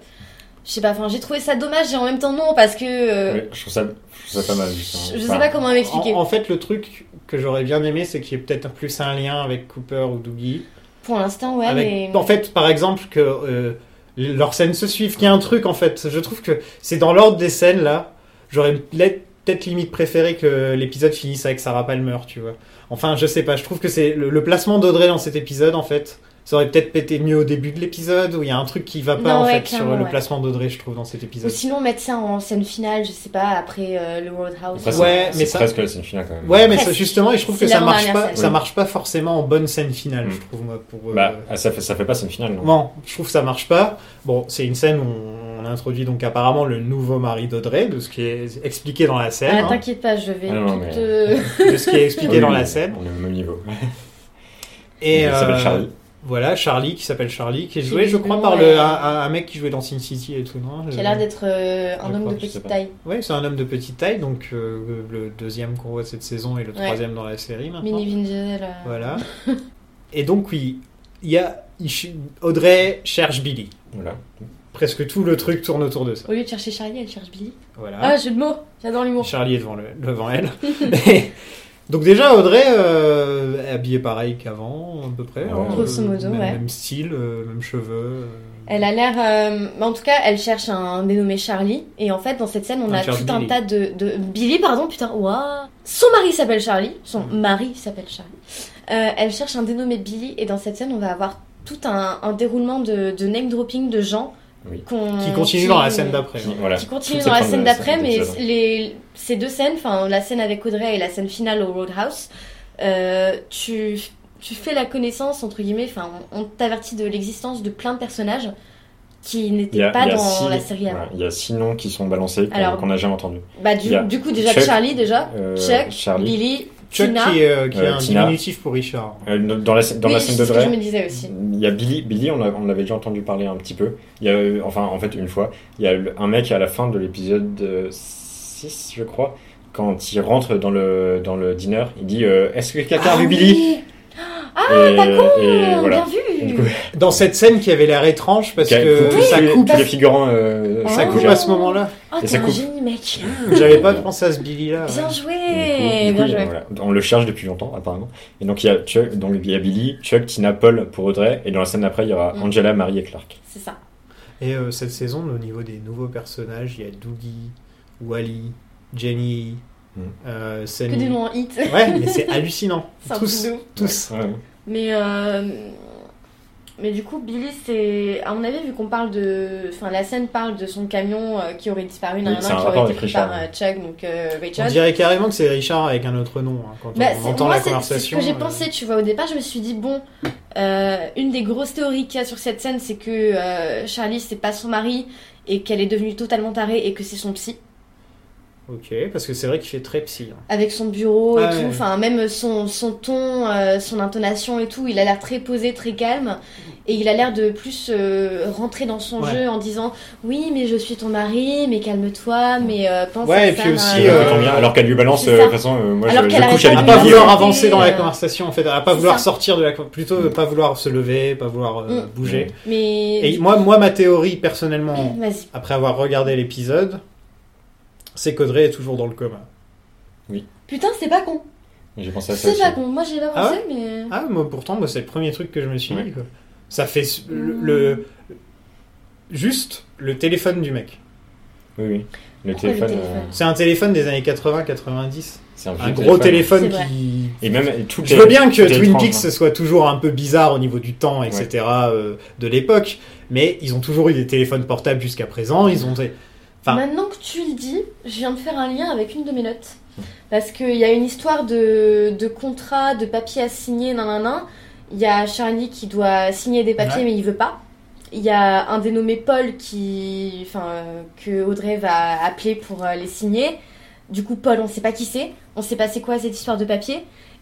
je sais pas, enfin j'ai trouvé ça dommage et en même temps non parce que euh,
Ouais, je, trouve ça, je trouve ça pas mal. justement.
je, je sais
Enfin,
pas comment m'expliquer.
En, en fait, le truc que j'aurais bien aimé, c'est qu'il y ait peut-être plus un lien avec Cooper ou Doogie.
Pour l'instant ouais
Avec-
mais
En fait, par exemple, que euh, leurs scènes se suivent, qu'il y a un truc en fait. Je trouve que c'est dans l'ordre des scènes là. J'aurais la- peut-être limite préféré que l'épisode finisse avec Sarah Palmer, tu vois. Enfin, je sais pas. Je trouve que c'est le, le placement d'Audrey dans cet épisode en fait. Ça aurait peut-être pété mieux au début de l'épisode où il y a un truc qui va pas
Non,
en
ouais,
fait sur
clairement,
le
ouais.
placement d'Audrey, je trouve, dans cet
ou
épisode.
sinon mettre ça en scène finale, je sais pas après euh, le Roadhouse.
Après, c'est-
Ouais, mais
c'est
ça-
presque la scène finale quand même.
Ouais, mais
Presque.
ça, justement, et je trouve
C'est
que ça
leur
marche
dernière
pas.
scène.
Ça marche pas forcément en bonne scène finale,
Mm.
je trouve moi pour. euh,
Bah, ah, ça fait, ça fait pas scène finale, non
Non, je trouve que ça marche pas. Bon, c'est une scène où on introduit donc apparemment le nouveau mari d'Audrey, de ce qui est expliqué dans la
Ah,
scène, hein,
t'inquiète pas, je vais
Ah, non,
tout euh,
mais-
te-
de ce qui est
Ah
expliqué
oui,
dans
oui,
la scène.
On est au même niveau.
Et
Il
euh,
s'appelle Charlie.
Voilà, Charlie qui s'appelle Charlie, qui est
Qui
joué, je crois,
visiblement
par le
est-
un, un- un mec qui jouait dans Sin City et tout, non
qui a l'air d'être euh, un
Je
homme
crois,
de
je sais
petite
pas.
taille,
Ouais, c'est un homme de petite taille, donc euh, le deuxième qu'on voit cette saison et le
Ouais.
troisième dans la série maintenant.
mini Vin Diesel, euh.
Voilà. Et donc oui, il y a il ch- Audrey cherche Billy.
Voilà.
Presque tout le truc tourne autour de ça.
Au lieu de chercher Charlie, elle cherche Billy.
Voilà.
Ah, jeu de mots, j'adore l'humour.
Charlie est devant, le- devant elle. Et donc déjà, Audrey euh, est habillée pareil qu'avant, à peu près.
Ouais.
hein,
Grosso modo,
même,
ouais.
Même style, euh, même cheveux.
Elle a l'air. euh, mais en tout cas, elle cherche un dénommé Charlie. Et en fait, dans cette scène, on
On
a tout
cherche
un
Billy.
tas de, de- Billy, pardon, putain, waouh Son mari s'appelle Charlie. Son
Mm.
mari s'appelle Charlie. Euh, elle cherche un dénommé Billy. Et dans cette scène, on va avoir tout un, un déroulement de, de name dropping de gens.
Oui.
qu'on-
Qui continue dans la scène d'après.
Qui-
hein.
voilà.
qui continue
Toutes
dans la scène
ces femmes de-
d'après,
cet
mais
épisode.
les, ces deux scènes, enfin la scène avec Audrey et la scène finale au Roadhouse, euh, tu, tu fais la connaissance, entre guillemets, enfin on, on t'avertit de l'existence de plein de personnages qui
Il y a-
n'étaient pas
il y a
dans
six-
la série avant.
voilà, Il y a six noms qui sont balancés qu'on
Alors-
qu'on n'a jamais entendus.
Bah, du,
Il y a
du coup, déjà
Chuck,
Charlie, déjà,
Euh,
Chuck,
Charlie.
Billy,
Chuck
Tina.
qui, est- qui
Euh,
est un
Tina.
diminutif pour Richard.
Euh, dans la, scè- dans
oui,
la
c'est
scène
ce que je
d'Audrey,
me disais aussi.
il y a Billy. Billy, on, l'a- on l'avait déjà entendu parler un petit peu. Il y a, euh, enfin, en fait, une fois, il y a le- un mec à la fin de l'épisode 6, je crois, quand il rentre dans le, dans le dîner, il dit euh, Est-ce que quelqu'un a vu Billy
Oui. Ah,
Et-
pas con
et
Bien
voilà.
vu
Du coup,
Dans cette scène qui avait l'air étrange parce
Qui a-
que
tous
ça
les-
coupe,
tous les figurants. euh,
Ah.
ça
sont
coupe
déjà-
à ce moment-là.
Oh,
Et
t'es
ça
un
coupe. Ah,
génie, mec
J'avais pas pensé à ce Billy là.
Bien joué
Du coup- du coup,
Eh, Bien joué
voilà. On le cherche depuis longtemps, apparemment. Et donc, il y a, Chuck, donc, il y a Billy, Chuck, Tina, Paul pour Audrey. Et dans la scène d'après, il y aura
Mm.
Angela, Marie et Clark.
C'est ça.
Et euh, cette saison, au niveau des nouveaux personnages, il y a Doogie, Wally, Jenny,
Mm.
euh,
Que
Sunny.
des noms en hit.
Ouais, mais c'est hallucinant.
C'est un
tous,
truc de ouf.
tous.
Ouais, ouais.
Mais, euh, mais du coup, Billy, c'est. À mon avis, vu qu'on parle de. Enfin, la scène parle de son camion euh, qui aurait disparu, nanana,
c'est un
qui
rapport
aurait été
avec
pris
Richard,
par
ouais.
euh, Chuck, donc euh,
On
Rachel.
dirait carrément que c'est Richard avec un autre nom hein, quand
Bah,
on
c'est-
entend
moi,
la
c'est- c'est ce
conversation.
que j'ai
euh,
pensé, tu vois. Au départ, je me suis dit, bon, euh, une des grosses théories qu'il y a sur cette scène, c'est que euh, Charlie, c'est pas son mari et qu'elle est devenue totalement tarée et que c'est son psy.
Ok, parce que c'est vrai qu'il fait très psy. hein.
Avec son bureau et
Ah
tout,
ouais.
enfin, même son, son ton, euh, son intonation et tout, il a l'air très posé, très calme. Et il a l'air de plus euh, rentrer dans son
Ouais.
jeu en disant Oui, mais je suis ton mari, mais calme-toi, mais euh, pense
Ouais,
à
et
ça,
puis
nanana.
Si,
Et
euh,
ça tombe bien, alors qu'elle lui balance,
c'est
euh, de
ça.
toute façon, euh, moi,
Alors
je, je
qu'elle arrête
couche
pas
À
avec
ne
de
Billy.
pas
lui
vouloir
raconter,
avancer dans la
euh,
conversation, en fait, à pas
c'est
vouloir
ça.
sortir de la. con- plutôt euh, pas vouloir se lever, pas vouloir euh,
Mm.
bouger.
Mais.
Et moi, moi, ma théorie personnellement,
Vas-y.
après avoir regardé l'épisode, c'est qu'Audrey est toujours dans le coma.
Putain, c'est pas con.
J'ai pensé à ça
C'est
aussi.
pas con. Moi, j'ai pas
Ah
pensé, mais.
Ah, moi, pourtant, moi, c'est le premier truc que je me suis
Ouais.
dit. quoi. Ça fait s- le, le- juste le téléphone du mec.
Oui, oui. Le
Pourquoi le
téléphone,
téléphone
euh,
C'est un téléphone des années 80-90.
c'est un,
Un
vieux
gros téléphone
C'est vrai.
qui
Et même, et toutes
Je
les-
veux bien que
toutes les
Twin
étranges,
Peaks
hein.
soit toujours un peu bizarre au niveau du temps, etc. euh, de l'époque, mais ils ont toujours eu des téléphones portables jusqu'à présent. Ils ont. des- Enfin-
Maintenant que tu le dis, je viens de faire un lien avec une de mes notes. Parce qu'il y a une histoire de, de contrat, de papier à signer, nanana. Il y a Charlie qui doit signer des papiers,
Ouais.
mais il veut pas. Il y a un dénommé Paul qui, enfin, euh, que Audrey va appeler pour euh, les signer. Du coup, Paul, on sait pas qui c'est. On sait pas c'est quoi cette histoire de papier.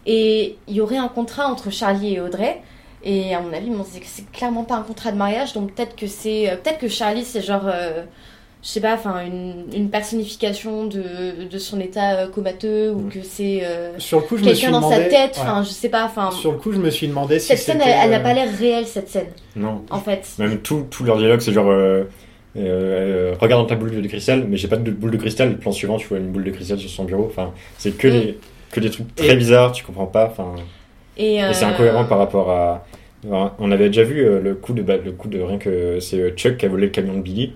Et il y aurait un contrat entre Charlie et Audrey. Et à mon avis, bon, c'est c'est clairement pas un contrat de mariage. Donc peut-être que c'est, euh, peut-être que Charlie, c'est genre. euh, je sais pas, enfin une, une personnification de, de son état euh, comateux ou
Mm.
que c'est euh,
Sur le coup, je me suis
quelqu'un dans
demandé.
sa tête,
ouais.
enfin je sais pas, enfin
Sur le coup, je me suis demandé si
cette scène
c'était,
elle, elle a
euh,
hein.
pas l'air réelle cette scène
Non.
en fait.
Même tout, tout leur dialogue, c'est genre. euh, euh, euh, regarde dans ta boule de cristal, mais j'ai pas de boule de cristal. Le plan suivant, tu vois une boule de cristal sur son bureau. Enfin, c'est que,
Mm.
des, que des trucs très
Et-
bizarres, tu comprends pas. Enfin,
Et,
et c'est
euh,
incohérent par rapport à. Enfin, On avait déjà vu euh, le coup de, bah, le coup de rien que c'est euh, Chuck qui a volé le camion de Billy.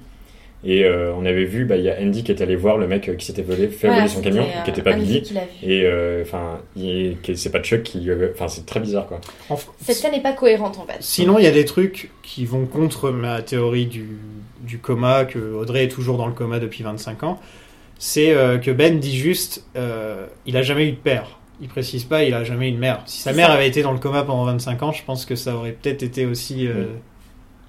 Et euh, on avait vu, bah, il y a Andy qui est allé voir le mec euh, qui s'était volé, fait
voilà,
voler son camion,
c'était,
qui était
euh,
pas
Andy
Billy.
qui l'a vu.
Et euh, enfin, il- que c'est pas Chuck qui. euh, Enfin, c'est très bizarre quoi.
En f-
Cette scène n'est pas cohérente en fait.
Sinon, il y a des trucs qui vont contre ma théorie du, du coma, que Audrey est toujours dans le coma depuis 25 ans. C'est euh, que Ben dit juste euh, il a jamais eu de père. Il précise pas, il a jamais eu de mère. Si sa
C'est
mère
ça.
avait été dans le coma pendant 25 ans, je pense que ça aurait peut-être été aussi. euh,
Oui.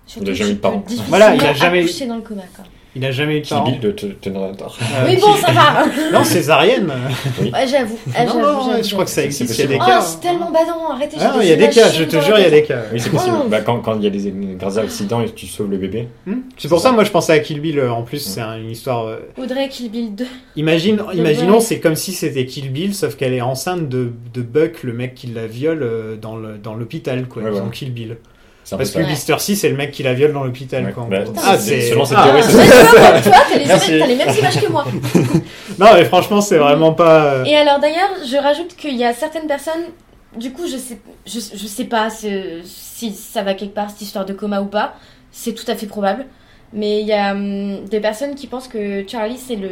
Surtout
Il a jamais
qu'il
eu de parents.
peut difficilement
Voilà, il a jamais eu-
accoucher dans le coma. Quoi.
Il a jamais eu de
Kill
parents.
Bill de Te- Terminator.
Euh,
Mais
qui-
bon, ça va.
Non, césarienne.
Ouais, j'avoue. Ah,
non,
j'avoue,
non,
j'avoue,
je crois que ça
C'est
existe. Il y a des
possible.
j'avoue.
cas. hein.
Oh, c'est tellement badant, arrêtez. j'ai
Ah non, il y a des cas,
images
je te
dans la
jure, il y a
tête.
des cas.
Oui, c'est possible.
Oh.
Bah, quand quand il y a des des graves accidents et que tu sauves le bébé.
Hmm c'est pour ça, moi, je pensais à Kill Bill. euh, En plus, c'est un- une histoire. euh,
Audrey Kill Bill 2.
Imagine,
Ouais.
imaginons, c'est comme si c'était Kill Bill, sauf qu'elle est enceinte de, de Buck, le mec qui la viole euh, dans le- dans l'hôpital, quoi.
Ouais,
dans
ouais.
Kill Bill.
C'est un peu
Parce que
ça.
Ouais.
Mister C, c'est le mec qui la viole dans l'hôpital,
Ouais.
quoi. en
Bah,
gros.
c'est-
ah,
c'est-
c'est.
selon cette
ah,
théorie,
Ah,
c'est-
tu vois, toi, t'as les,
Merci.
t'as les mêmes images que moi.
non, mais franchement, c'est vraiment pas. euh,
Mm. Et alors d'ailleurs, je rajoute qu'il y a certaines personnes, du coup, je sais, je, je sais pas ce- si ça va quelque part, cette histoire de coma ou pas, c'est tout à fait probable, mais il y a hum, des personnes qui pensent que Charlie, c'est le,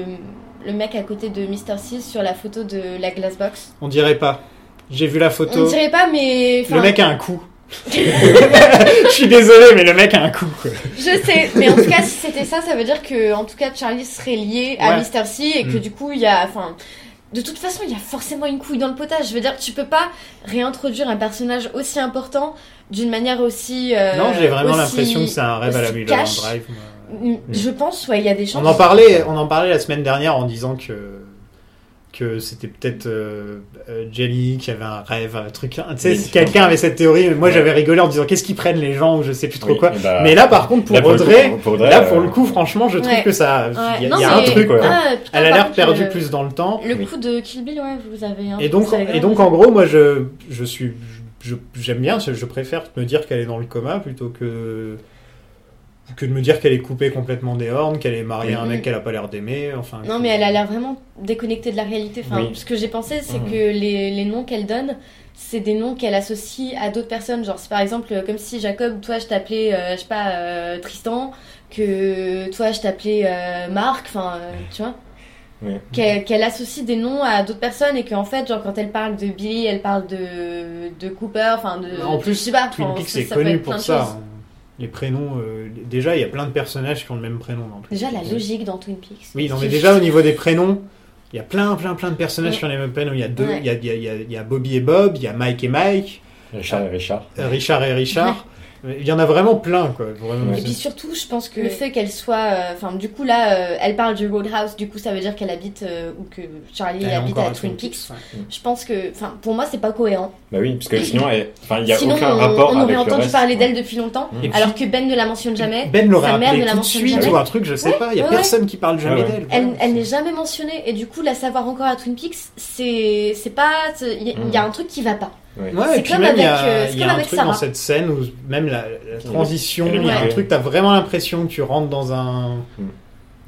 le mec à côté de Mr. C sur la photo de la Glassbox.
On dirait pas. J'ai vu la
On
photo.
dirait pas, mais... enfin,
Le mec a un coup. je suis désolé, mais le mec a un coup, quoi.
Je sais, mais en tout cas, si c'était ça, ça veut dire que, en tout cas, Charlie serait lié à
Ouais.
Mr. C et que
Mm.
du coup, il y a, enfin, de toute façon, il y a forcément une couille dans le potage. Je veux dire, tu peux pas réintroduire un personnage aussi important d'une manière aussi. euh,
non, j'ai vraiment
aussi-
l'impression que c'est un rêve à la
aussi
Mulholland
cash. Mm.
Drive. moi.
Je pense, ouais, il y a des chances.
On en parlait, on en parlait la semaine dernière en disant que que c'était peut-être euh, euh, Jelly qui avait un rêve, un truc. Tu sais,
Oui,
si
sûr.
quelqu'un avait cette théorie, moi
Ouais.
j'avais rigolé en disant qu'est-ce qu'ils prennent les gens ou je sais plus trop
Oui,
quoi.
et bah,
Mais là, par contre, pour
là, le coup,
Audrey,
pour- pour Audrey,
là pour
euh,
le coup, franchement, je trouve
Ouais.
que ça, il
Ouais.
y a,
Non,
il y a un
mais-
truc.
quoi.
Ah, putain,
Elle a
par
l'air
contre,
perdue
le-
plus dans le temps.
Le
Oui.
coup de Kill Bill, ouais, vous avez. un-
Et donc,
vous avez
et
raison.
donc en gros, moi je je suis je- j'aime bien, je préfère me dire qu'elle est dans le coma plutôt que que de me dire qu'elle est coupée complètement des hornes, qu'elle est mariée à un
Oui.
mec qu'elle a pas l'air d'aimer. Enfin.
Mm-hmm. Non,
que-
mais elle a l'air vraiment déconnectée de la réalité. Enfin,
Oui.
ce que j'ai pensé, c'est
Mhm.
que les, les noms qu'elle donne, c'est des noms qu'elle associe à d'autres personnes. Genre, c'est par exemple euh, comme si Jacob, toi, je t'appelais, euh, je sais pas, euh, Tristan, que toi, je t'appelais euh, Marc, enfin, euh, tu vois.
Ouais.
Qu'elle qu'elle associe des noms à d'autres personnes et qu'en fait, genre, quand elle parle de Billy, elle parle de, de Cooper, enfin, de.
En
de-
plus,
je sais pas,
Twin
enfin,
Peaks
ça-
est
ça peut
connu
être plein
pour
de
ça.
choses.
hein. Les prénoms, euh, déjà, il y a plein de personnages qui ont le même prénom. dans Twin
Déjà, la
Peaks.
logique dans Twin Peaks.
Oui, non, mais
Je-
déjà au niveau des prénoms, il y a plein, plein, plein de personnages
Ouais.
qui ont les mêmes prénoms. Il y a deux,
Ouais.
il y a- il y, a- il y a- il y a Bobby et Bob, il y a Mike et Mike,
Richard et Richard.
euh, Richard et Richard. Il y en a vraiment plein, quoi. Vraiment.
Ouais.
Et puis surtout, je pense que
Oui.
le fait qu'elle soit. euh, Enfin, du coup, là, euh, elle parle du Roadhouse, du coup, ça veut dire qu'elle habite. euh, ou que Charlie
Elle est
habite
encore
à Twin Peaks.
ouais.
Je pense que. Enfin, pour moi, c'est pas cohérent.
Bah oui, parce que sinon, elle- enfin, il n'y a
Sinon,
aucun
on,
rapport
on aurait
avec le
entendu
reste.
parler d'elle depuis longtemps,
Mhm.
Et puis-
alors que Ben ne la mentionne jamais.
Ben l'aurait
Sa mère ne
appelé
la
tout de
mentionne
suite
jamais.
ou un truc, je sais pas. Il y a
ouais, ouais.
personne qui parle jamais
Ouais, ouais.
d'elle.
Elle,
voilà.
elle n'est jamais mentionnée, et du coup, la savoir encore à Twin Peaks, c'est c'est pas. c'est- Il y, a- il y a un truc qui va pas.
Ouais,
C'est
et puis
comme
même, il y
avec, euh,
a,
c'est
il y a
comme
un
avec
truc
Sarah.
dans cette scène où même la, la transition,
Elle est
il y a un
libérée.
truc, t'as vraiment l'impression que tu rentres dans un.
Mm.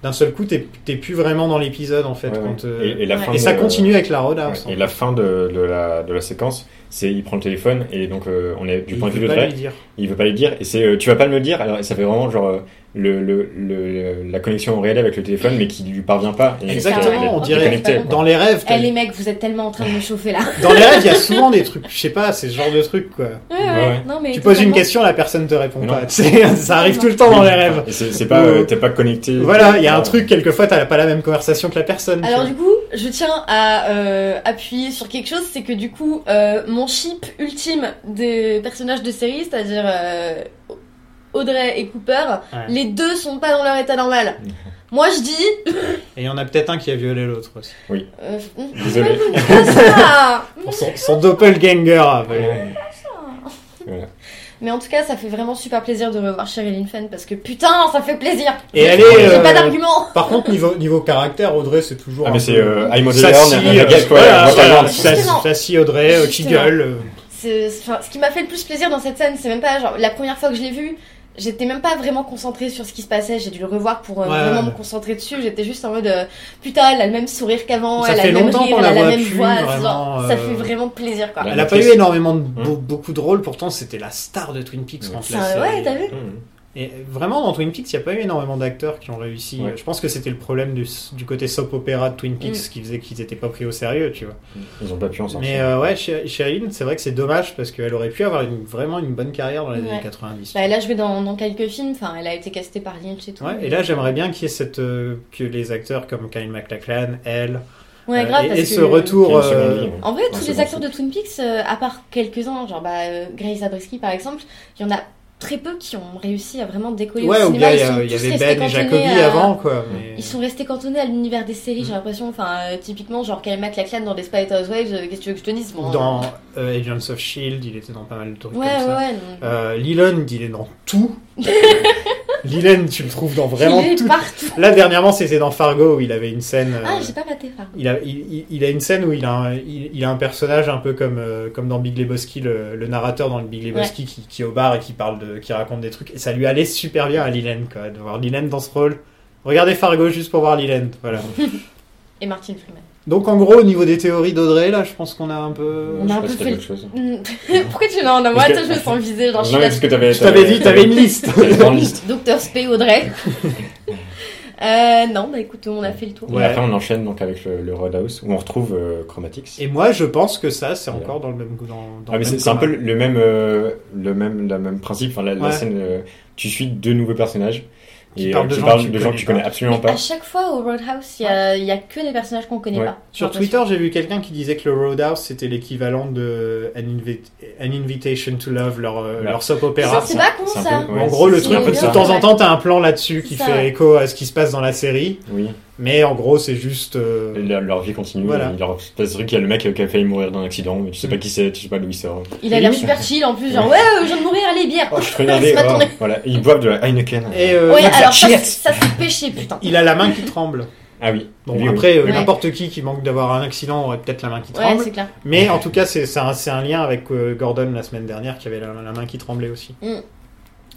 D'un seul coup, t'es t'es plus vraiment dans l'épisode en fait.
Ouais, ouais.
quand, euh,
Et, et la
Ouais.
fin
et ça
de-
continue avec la
ouais,
roadhouse.
et la fin de, de la, de la séquence, c'est il prend le téléphone et donc euh, on est du point de vue de Drake,
dire.
il veut pas lui dire et c'est euh, tu vas pas me le dire alors et ça fait vraiment genre euh, le, le, le- la connexion au réel avec le téléphone mais qui lui parvient pas. Et
Exactement,
elle est-
on
elle est
dirait-
déconnectée,
Elle
quoi.
Dans les rêves, t'as-
Eh les mecs, vous êtes tellement en train de me chauffer là.
dans les rêves, il y a souvent des trucs, je sais pas, c'est ce genre de truc quoi.
Ouais,
ouais.
Non, mais
tu poses une
totalement.
question, la personne te répond
Mais non.
pas. tu sais, ça arrive tout le temps dans les rêves.
Et c'est c'est pas euh, t'es pas connecté.
Voilà, il y a un
Euh,
truc, quelquefois, t'as pas la même conversation que la personne.
Alors
tu
du coup, je tiens à euh, appuyer sur quelque chose, c'est que du coup, euh, mon chip ultime des personnages de série, c'est-à-dire euh, Audrey et Cooper,
Ouais. Mhm.
les deux sont pas dans leur état normal. Moi je dis...
vois. Et il y en a peut-être un qui a violé l'autre aussi.
Euh, mm,
Désolé.
pas ça
Pour son, son doppelganger. euh,
Mais en tout cas, ça fait vraiment super plaisir de revoir Sherilyn Fenn, parce que putain, ça fait plaisir
Et elle est,
J'ai
euh,
pas d'argument
Par contre, niveau, niveau caractère, Audrey, c'est toujours.
Ah
un
mais
peu-
c'est euh, I'm Audrey
Sassy,
Horn,
euh,
la gage, quoi,
voilà,
moi,
voilà,
t'as-
sassy-
Justement.
sassy Audrey, euh, qui
Justement.
gueule. euh,
C'est- c'est- enfin, ce qui m'a fait le plus plaisir dans cette scène, c'est même pas genre la première fois que je l'ai vue. j'étais même pas vraiment concentrée sur ce qui se passait. J'ai dû le revoir pour euh,
Ouais,
vraiment
ouais.
me concentrer dessus. J'étais juste en mode euh, putain, elle a le même sourire qu'avant,
Ça
elle a
fait
le même
longtemps
rire,
qu'on
elle
la
a la
voit
même
plus,
voix.
vraiment,
genre, Ça
euh,
fait vraiment plaisir quoi.
Ouais.
Elle n'a pas eu
Maquette.
énormément de
Hmm.
be- beaucoup de rôles, pourtant c'était la star de Twin Peaks
Ouais.
quand la
Ça, ouais,
série-
t'as vu
Et vraiment, dans Twin Peaks, il n'y a pas eu énormément d'acteurs qui ont réussi.
Ouais.
Je pense que c'était le problème du, du côté soap opéra de Twin Peaks
Mm.
qui faisait qu'ils n'étaient pas pris au sérieux, tu vois.
Ils ont pas pu en sortir.
Mais euh, ouais, Sher- Sherilyn, c'est vrai que c'est dommage parce qu'elle aurait pu avoir une- vraiment une bonne carrière dans les
Ouais.
années 90.
Bah, elle a joué dans, dans quelques films. Enfin, elle a été castée par Lynch et tout.
Ouais, et là, j'aimerais bien qu'il y ait cette, euh, que les acteurs comme Kyle MacLachlan, elle,
Ouais,
euh,
grave,
et,
parce
et
que-
ce retour.
Quelle seconde
euh,
vie, hein. ouais.
En vrai, tous
c'est
les
bon,
acteurs
ça.
de Twin Peaks, euh, à part quelques-uns, genre bah, euh, Grace Zabriskie par exemple, il y en a très peu qui ont réussi à vraiment décoller
Ouais,
au
ou bien
cinéma.
il y,
Ils sont
a- il y
tous
avait
restés
Ben et Jacobi
cantonnés à-
avant, quoi. mais-
Ils sont restés cantonnés à l'univers des séries,
Hmm.
j'ai l'impression. Enfin, euh, typiquement, genre Kyle MacLachlan dans les Spider Housewives, euh, qu'est-ce que tu veux que je te dise bon,
Ou dans euh, Agents of Shield, il était dans pas mal de trucs
Ouais, ouais,
comme ça.
ouais. non.
Euh, Leland, il est dans tout. Leland, tu le trouves dans vraiment
il est
tout.
partout.
Là, dernièrement, c'était dans Fargo où il avait une scène. euh,
Ah, j'ai pas maté ça.
il, a, il, il- il a une scène où il a un, il, il a un personnage un peu comme, euh, comme dans Big Lebowski, le, le narrateur dans le Big Lebowski qui, qui est au bar et qui, parle de, qui raconte des trucs. Et ça lui allait super bien à Leland, quoi, de voir Leland dans ce rôle. Regardez Fargo juste pour voir Leland. Voilà.
Et Martin Freeman.
Donc, en gros, au niveau des théories d'Audrey, là, je pense qu'on a un peu.
Je
On a
sais
un
pas
peu
si t'as
fait-
quelque chose.
Mm. Pourquoi tu l'as en moi
Parce que-
toi, Je me sens visée, genre je
Non,
suis
mais
là.
parce que t'avais.
Je t'avais dit, t'avais une liste.
T'avais une grande liste.
Docteur Spey, Audrey. Euh, non, bah écoute, on a fait le tour.
Et
Ouais.
après, on enchaîne donc avec le, le Roadhouse où on retrouve euh, Chromatics.
Et moi, je pense que ça, c'est encore dans le même goût. Dans, dans le
Ah, mais
même
c'est c'est un
format.
peu le- le même, euh, le même, la même principe. Enfin, la, la
Ouais.
scène, euh, tu suis deux nouveaux personnages
Qui
et euh,
parlent de
qui
gens que
parlent
tu
de gens que
connais
tu connais
pas.
absolument
À
pas.
chaque fois au Roadhouse, il y, a- il y a que des personnages qu'on connaît
Ouais.
pas.
Sur Twitter, j'ai vu quelqu'un qui disait que le Roadhouse c'était l'équivalent de An, Invi- An Invitation to Love, leur, euh,
Bah.
leur soap opéra.
Ça, c'est pas con
C'est un
ça.
peu-
en
ouais,
gros, le
c'est-
c'est
truc,
un peu
de
ça.
temps en temps, t'as un plan là-dessus qui
Ça,
fait
ouais.
écho à ce qui se passe dans la série,
Oui,
mais en gros, c'est juste. euh,
leur, leur vie continue.
Voilà.
Il leur se passe des trucs. Il y a le mec qui a failli mourir d'un accident, mais tu sais pas
Mm.
qui c'est, tu sais pas d'où il sort.
Il a l'air super chill en plus, genre ouais, euh, je viens de mourir, allez, bière.
Oh, je suis regardé.
pas tourné.
voilà, ils boivent de la Heineken.
Et euh,
ouais,
mec, ça
alors ça,
chillette.
ça c'est péché, putain.
il a la main qui tremble.
Ah oui.
Bon,
Lui, oui.
après, euh,
Ouais.
n'importe qui qui manque d'avoir un accident aurait peut-être la main qui
Ouais,
tremble.
c'est clair.
mais en tout cas, c'est c'est un, c'est un lien avec euh, Gordon la semaine dernière qui avait la, la main qui tremblait aussi.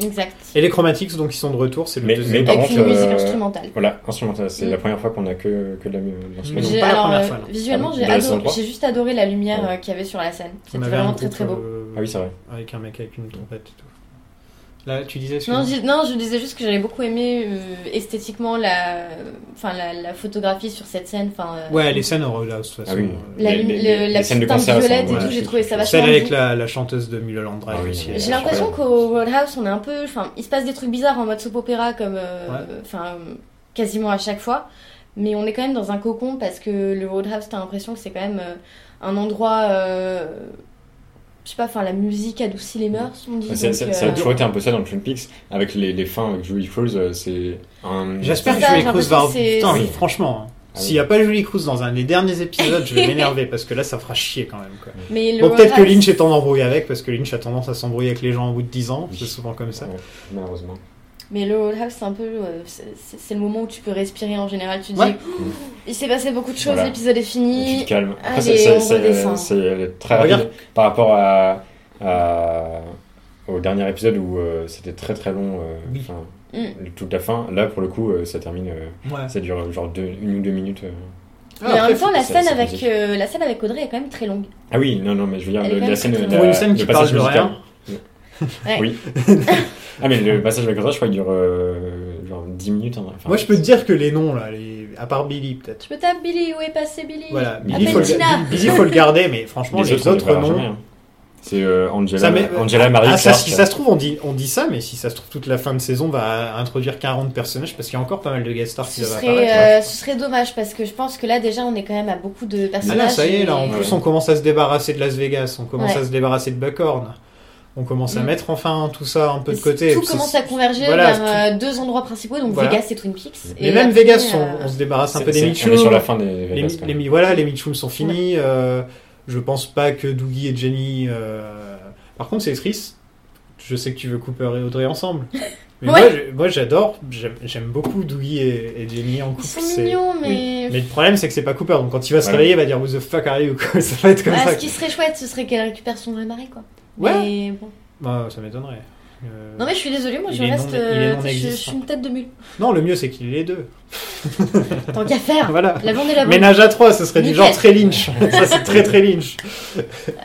Exact.
Et les Chromatics, donc, ils sont de retour, c'est le
Mais-
deuxième.
mais par
Avec
contre,
une musique
euh,
instrumentale.
Voilà, instrumental. C'est
Mm.
la première fois qu'on a que que de la mu- de l'instrumental.
non,
J'ai-
pas la
alors,
première
euh,
fois, non.
Ah
visuellement,
bon
j'ai
Dans les
adoré-
endroits
j'ai juste adoré la lumière
Ouais.
euh, qu'il y avait sur la scène.
On
C'était
avait
vraiment
un
très
groupe,
très beau.
euh,
Ah oui, c'est vrai.
avec un mec avec une trompette et tout. Là, tu disais
Non,
excuse-moi.
je, non, je disais juste que j'avais beaucoup aimé euh, esthétiquement la, enfin la, la photographie sur cette scène. Enfin, euh,
Ouais, les scènes au Roadhouse, de toute façon.
Ah oui.
Euh,
La,
Les-
lumi-
les-
le-
les
la
scènes de
petite teinte
concert, elles
violette
sont- euh,
et tout,
ouais,
j'ai trouvé ça vachement
Celle
beau.
avec la, la chanteuse de Mulholland Drive
Ah oui,
aussi.
mais-
elle
J'ai
est
l'impression
incroyable.
qu'au Roadhouse, on est un peu, enfin, il se passe des trucs bizarres en mode soap opéra comme, euh,
Ouais.
enfin, euh, quasiment à chaque fois. Mais on est quand même dans un cocon parce que le Roadhouse, t'as l'impression que c'est quand même euh, un endroit, euh, je sais pas, enfin, la musique adoucit les mœurs, on dit.
C'est-
donc,
c'est-
euh,
Ça a toujours été un peu ça dans Twin Peaks, avec les, les fins avec Julie Cruz, euh, c'est un.
J'espère
C'est
que
ça,
Julie
j'ai
Cruz va.
l'impression que c'est-
Putain, oui,
c'est-
franchement. hein.
Ah oui.
S'il n'y a pas Julie Cruz dans un des derniers épisodes, je vais m'énerver parce que là, ça fera chier quand même. Quoi.
Mais le
Bon, peut-être que
Roadhouse-
Lynch est en embrouille avec parce que Lynch a tendance à s'embrouiller avec les gens au bout de 10 ans. C'est souvent comme ça.
Ouais, malheureusement.
Mais le Roadhouse, c'est un peu. euh, c'est- c'est c'est le moment où tu peux respirer en général. Tu te
Ouais.
dis, Oh, il s'est passé beaucoup de choses,
Voilà.
l'épisode est
Tu
fini.
te calmes. Après,
Allez,
c'est-
on
c'est- c'est
redescend.
c'est très
Regarde.
rapide par rapport à, à- au dernier épisode où euh, c'était très très long. euh,
Oui.
enfin,
Mm.
le- Toute la fin. Là, pour le coup, euh, ça termine. euh,
Ouais.
ça dure euh, genre deux- une ou deux minutes. euh.
Ah,
Mais en
après,
même temps, la
c'est-
scène,
c'est
avec,
physique.
euh, la scène avec Audrey est quand même très longue.
Ah oui, non, non, mais je veux dire,
Elle est
le-
quand
la
même
scène.
très
la-
faut- Pour une scène
le
qui parle
passage
de
musical.
rien.
Ouais.
Oui. ah, mais le passage avec le je crois qu'il dure euh, genre 10 minutes. hein. Enfin,
Moi, je peux te dire que les noms, là, les... à part Billy, peut-être.
Tu peux taper Billy, où est passé Billy
Voilà,
Billy,
Ah,
Billy, faut le,
Tina.
Billy- Billy, faut le garder, mais franchement, les,
on les
autres,
verra jamais,
noms.
hein. C'est euh, Angela,
Ça met-
Angela Marie
Ah, ça,
Clark.
si ça se trouve, on dit, on dit ça, mais si ça se trouve, toute la fin de saison va introduire 40 personnages parce qu'il y a encore pas mal de guest stars qui
Ce
doivent
serait,
apparaître.
euh, ce serait dommage parce que je pense que là déjà on est quand même à beaucoup de
Ah
personnages.
là, ça y est, là, en
et-
Ouais.
plus, on commence à se débarrasser de Las Vegas, on commence
Ouais.
à se débarrasser de Buckhorn, on commence à
Mm.
mettre enfin tout ça un peu de côté.
Tout
C'est-
commence à converger
voilà,
vers euh, deux endroits principaux, donc
Voilà.
Vegas et Twin Peaks.
Mais
Et
même
après,
Vegas, on,
euh,
on se débarrasse un
C'est-
peu des
c'est-
Mitchum.
On est sur la fin des
Les,
Vegas, quand
les-
même.
voilà, les Mitchum sont finis. euh, je pense pas que Doogie et Jenny. euh, Par contre, c'est triste. Je sais que tu veux Cooper et Audrey ensemble. Mais
Ouais.
moi, je- moi, j'adore. J'aime- J'aime beaucoup Doogie et, et Jenny en couple.
Ils sont
c'est-
mignons, mais.
Mais le problème, c'est que c'est pas Cooper. Donc quand il va se
Voilà.
réveiller, il va dire Who the fuck are you quoi. Ça va être comme
Ah,
ça.
ce qui serait chouette, ce serait qu'elle récupère son vrai mari, quoi.
Ouais.
Mais bon.
Bah, ça m'étonnerait. Euh,
Non mais je suis désolée, moi je
Il est
reste.
non- il est
euh,
non
je- je,
existant.
suis une tête de mule.
Non, le mieux c'est qu'il ait les deux.
Tant qu'à faire.
Voilà.
La blonde et Ah, la brune.
Ménage à trois, ce serait du
Nickel.
genre très Lynch. Ça c'est très très Lynch.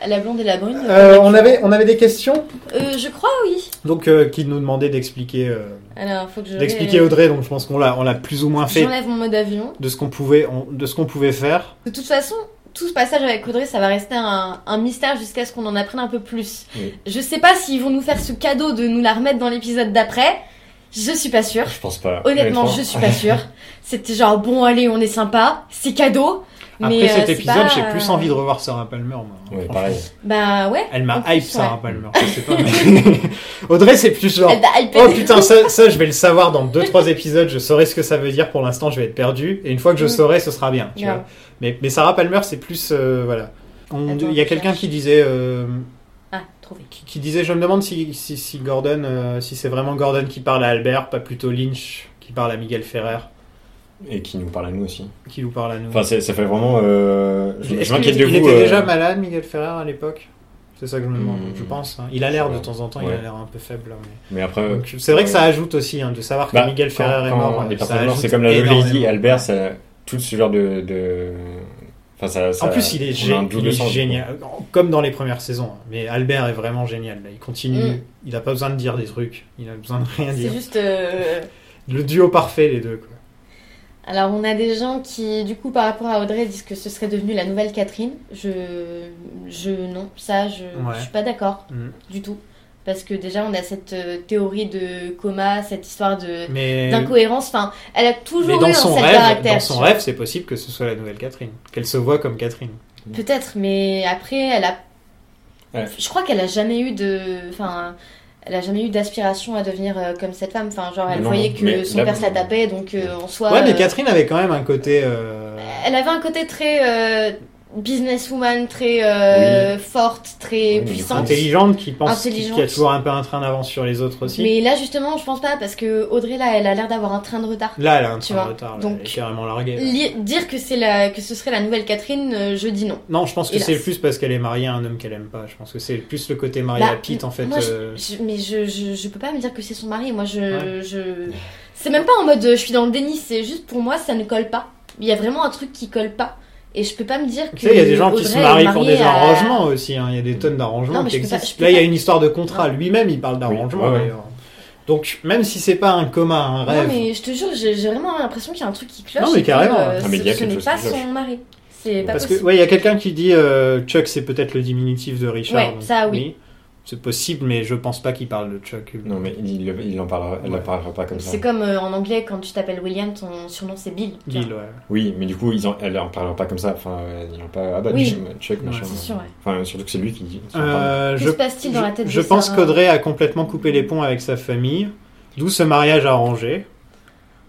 La blonde et la brune.
Euh, on, avait, on avait des questions
Euh, je crois oui.
donc euh, qui nous demandaient d'expliquer euh,
Alors faut que je.
d'expliquer Audrey. Donc je pense qu'on l'a on l'a plus ou moins fait
J'enlève mon mode avion.
de ce qu'on pouvait on- de ce qu'on pouvait faire.
De toute façon, tout ce passage avec Audrey, ça va rester un, un mystère jusqu'à ce qu'on en apprenne un peu plus.
Oui.
Je sais pas s'ils vont nous faire ce cadeau de nous la remettre dans l'épisode d'après. Je suis pas sûre.
Je pense pas.
Honnêtement, je suis pas sûre. C'était genre bon allez, on est sympa, c'est cadeau.
Après
mais, euh,
cet
c'est
épisode,
pas-
j'ai plus envie de revoir Sarah Palmer. moi.
Ouais,
Franchement.
pareil.
Bah ouais.
Elle
En
m'a
plus,
hype
ouais.
Sarah Palmer. je sais pas, mais- Audrey c'est plus genre
Elle t'a hypé.
Oh putain, ça, ça, je vais le savoir dans 2-3 épisodes, je saurai ce que ça veut dire, pour l'instant je vais être perdu, et une fois que je
Mm.
saurai, ce sera bien. Tu
Grave.
vois. Mais, mais Sarah Palmer, c'est plus... euh, voilà. On-
Attends,
Il y a
je
quelqu'un
cherche.
qui disait... euh,
Ah, trouvé.
qui, qui disait, je me demande si, si, si Gordon, euh, si c'est vraiment Gordon qui parle à Albert, pas plutôt Lynch qui parle à Miguel Ferrer,
Et qui nous parle à nous aussi.
qui nous parle à nous.
Enfin, c'est- ça fait vraiment. euh, je je
Est-ce
m'inquiète
qu'il
de
il
vous.
était
euh,
déjà malade, Miguel Ferrer, à l'époque C'est ça que je me demande,
Mm.
je pense. hein. Il a l'air
Je
de
sais pas.
temps en temps, il a
Ouais.
l'air un peu faible. hein, mais-
Mais après. euh,
Donc, C'est vrai que ça ajoute aussi, hein, de savoir que
Bah,
Miguel
quand-
Ferrer est
quand
mort. euh,
les
ça
personnages morts, c'est
ajoute
comme la Lady
énormément.
Albert, ça, tout ce genre de. de... Enfin, ça, ça-
En plus, il est,
on a un
gé-
double
il est
sens, du coup.
génial, comme dans les premières saisons. hein. Mais Albert est vraiment génial. là. Il continue.
Mm.
Il n'a pas besoin de dire des trucs. Il a besoin de rien
C'est
dire.
juste. euh,
Le duo parfait, les deux. quoi.
Alors, on a des gens qui, du coup, par rapport à Audrey, disent que ce serait devenu la nouvelle Catherine. Je. Je. Non, ça, je,
Ouais.
je suis pas d'accord
Mm.
du tout. Parce que déjà, on a cette euh, théorie de coma, cette histoire de
Mais,
d'incohérence. Enfin, elle a
mais
toujours eu
dans,
un
son
sale
rêve,
caractère.
dans son
tu
rêve, c'est possible que ce soit la nouvelle Catherine. Qu'elle se voit comme Catherine.
vois. Peut-être, mais après, elle a.
Ouais.
Je crois qu'elle a jamais eu de. Enfin. Elle a jamais eu d'aspiration à devenir euh, comme cette femme. Enfin, genre, elle
Non,
voyait que
mais
son
là-
père se la tapait, donc euh, en soi.
ouais, mais
euh,
Catherine avait quand même un côté. euh,
Elle avait un côté très euh, businesswoman, très euh, forte, très
Oui,
puissante.
Intelligente, qui pense
Intelligente.
qu'il y a toujours un peu un train d'avance sur les autres aussi.
Mais là, justement, je pense pas parce que Audrey, là, elle a l'air d'avoir un train de retard.
Là, elle a un
Tu
train de
vois,
retard. là.
donc-
Elle est carrément larguée. là.
Li- dire que c'est la, que ce serait la nouvelle Catherine, euh, je dis non.
Non, je pense que
Hélas.
c'est plus parce qu'elle est mariée à un homme qu'elle aime pas. Je pense que c'est plus le côté marié
Bah,
à Pete en fait.
moi,
euh,
Je- mais je, je, je peux pas me dire que c'est son mari. Moi, je,
Ouais.
je, c'est même pas en mode euh, je suis dans le déni. C'est juste pour moi, ça ne colle pas. Il y a vraiment un truc qui colle pas. Et je peux pas me dire que.
Tu sais, il y a des gens qui
Audrey
se marient
est
pour
mariée
des
à-
arrangements aussi. hein. Il y a des tonnes d'arrangements
Non, mais
qui
je peux pas-
existent.
je peux
Là, il y a
pas.
une histoire de contrat.
Non.
Lui-même, il parle d'arrangement
ouais, ouais.
d'ailleurs. Donc, même si c'est pas un commun, un
Non,
rêve.
mais je te jure, j'ai j'ai vraiment l'impression qu'il y a un truc qui cloche.
Non, mais
et que,
carrément.
euh,
Ah, mais il y a
ce ce
quelque
n'est
chose
pas
qui cloche.
son mari. C'est pas
Parce que,
possible.
ouais, il y a quelqu'un qui dit euh, Chuck, c'est peut-être le diminutif de Richard.
Ouais,
Donc,
ça, oui.
C'est possible, mais je pense pas qu'il parle de Chuck. euh,
Non, mais il, il, en parlera, elle en
Ouais.
parlera pas comme ça.
C'est comme euh, en anglais, quand tu t'appelles William, ton surnom c'est Bill. tu vois.
Bill, ouais.
Oui, mais du coup, ils en, elle en parlera pas comme ça. Enfin, euh, ils en pas. Ah bah,
Oui.
Chuck, Chuck, machin.
C'est sûr, ouais.
Enfin, surtout que c'est lui qui dit.
Euh,
Que
je
se passe-t-il dans la tête de
je pense
Sarah
qu'Audrey a complètement coupé les ponts avec sa famille, d'où ce mariage arrangé.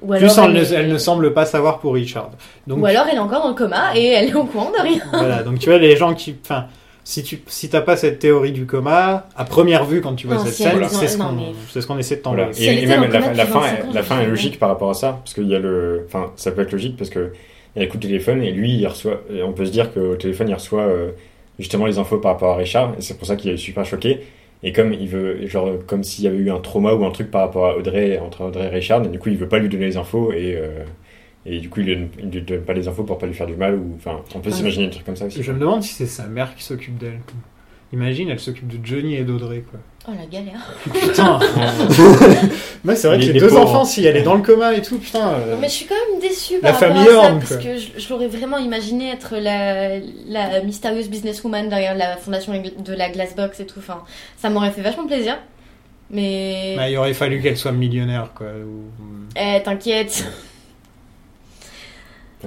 Ou alors,
Plus elle,
elle
ne, elle
est-
ne semble pas savoir pour Richard. Donc,
Ou alors elle est encore dans le coma et elle est au courant de rien.
voilà, donc tu vois, les gens qui. Enfin, si tu si t'as pas cette théorie du coma, à première vue, quand tu vois
Non,
cette
si
scène,
elle- non,
c'est ce
non,
qu'on
mais-
c'est ce qu'on essaie de
Voilà.
t'envoyer.
Si elle
Et, et
était dans
même
le
la,
coma
la
depuis
fin,
25 ans,
la
je
fin est
sais
logique par rapport à ça, parce qu'il y a le, enfin, ça peut être logique parce que il y a le coup de téléphone et lui, il reçoit, et on peut se dire qu'au téléphone, il reçoit euh, justement les infos par rapport à Richard, et c'est pour ça qu'il est super choqué. Et comme il veut, genre, comme s'il y avait eu un trauma ou un truc par rapport à Audrey, entre Audrey et Richard, et du coup, il veut pas lui donner les infos et euh, et du coup, il lui donne- il lui donne pas les infos pour pas lui faire du mal ou, enfin, on peut
Ouais.
s'imaginer des trucs comme ça aussi.
Je me demande si c'est sa mère qui s'occupe d'elle. quoi. Imagine, elle s'occupe de Johnny et d'Audrey, quoi.
Oh la galère.
Putain Ouais, c'est vrai
Les-
que les
les
deux
pauvres.
enfants, si elle est dans le coma et tout, putain. euh,
Non, mais je suis quand même déçue
La
par rapport à
famille
ça
Horn,
parce
quoi.
que je, je l'aurais vraiment imaginé être la, la mystérieuse businesswoman derrière la fondation de la Glassbox et tout. Enfin, ça m'aurait fait vachement plaisir. Mais.
bah, il aurait fallu qu'elle soit millionnaire, quoi. ou-
Eh, t'inquiète.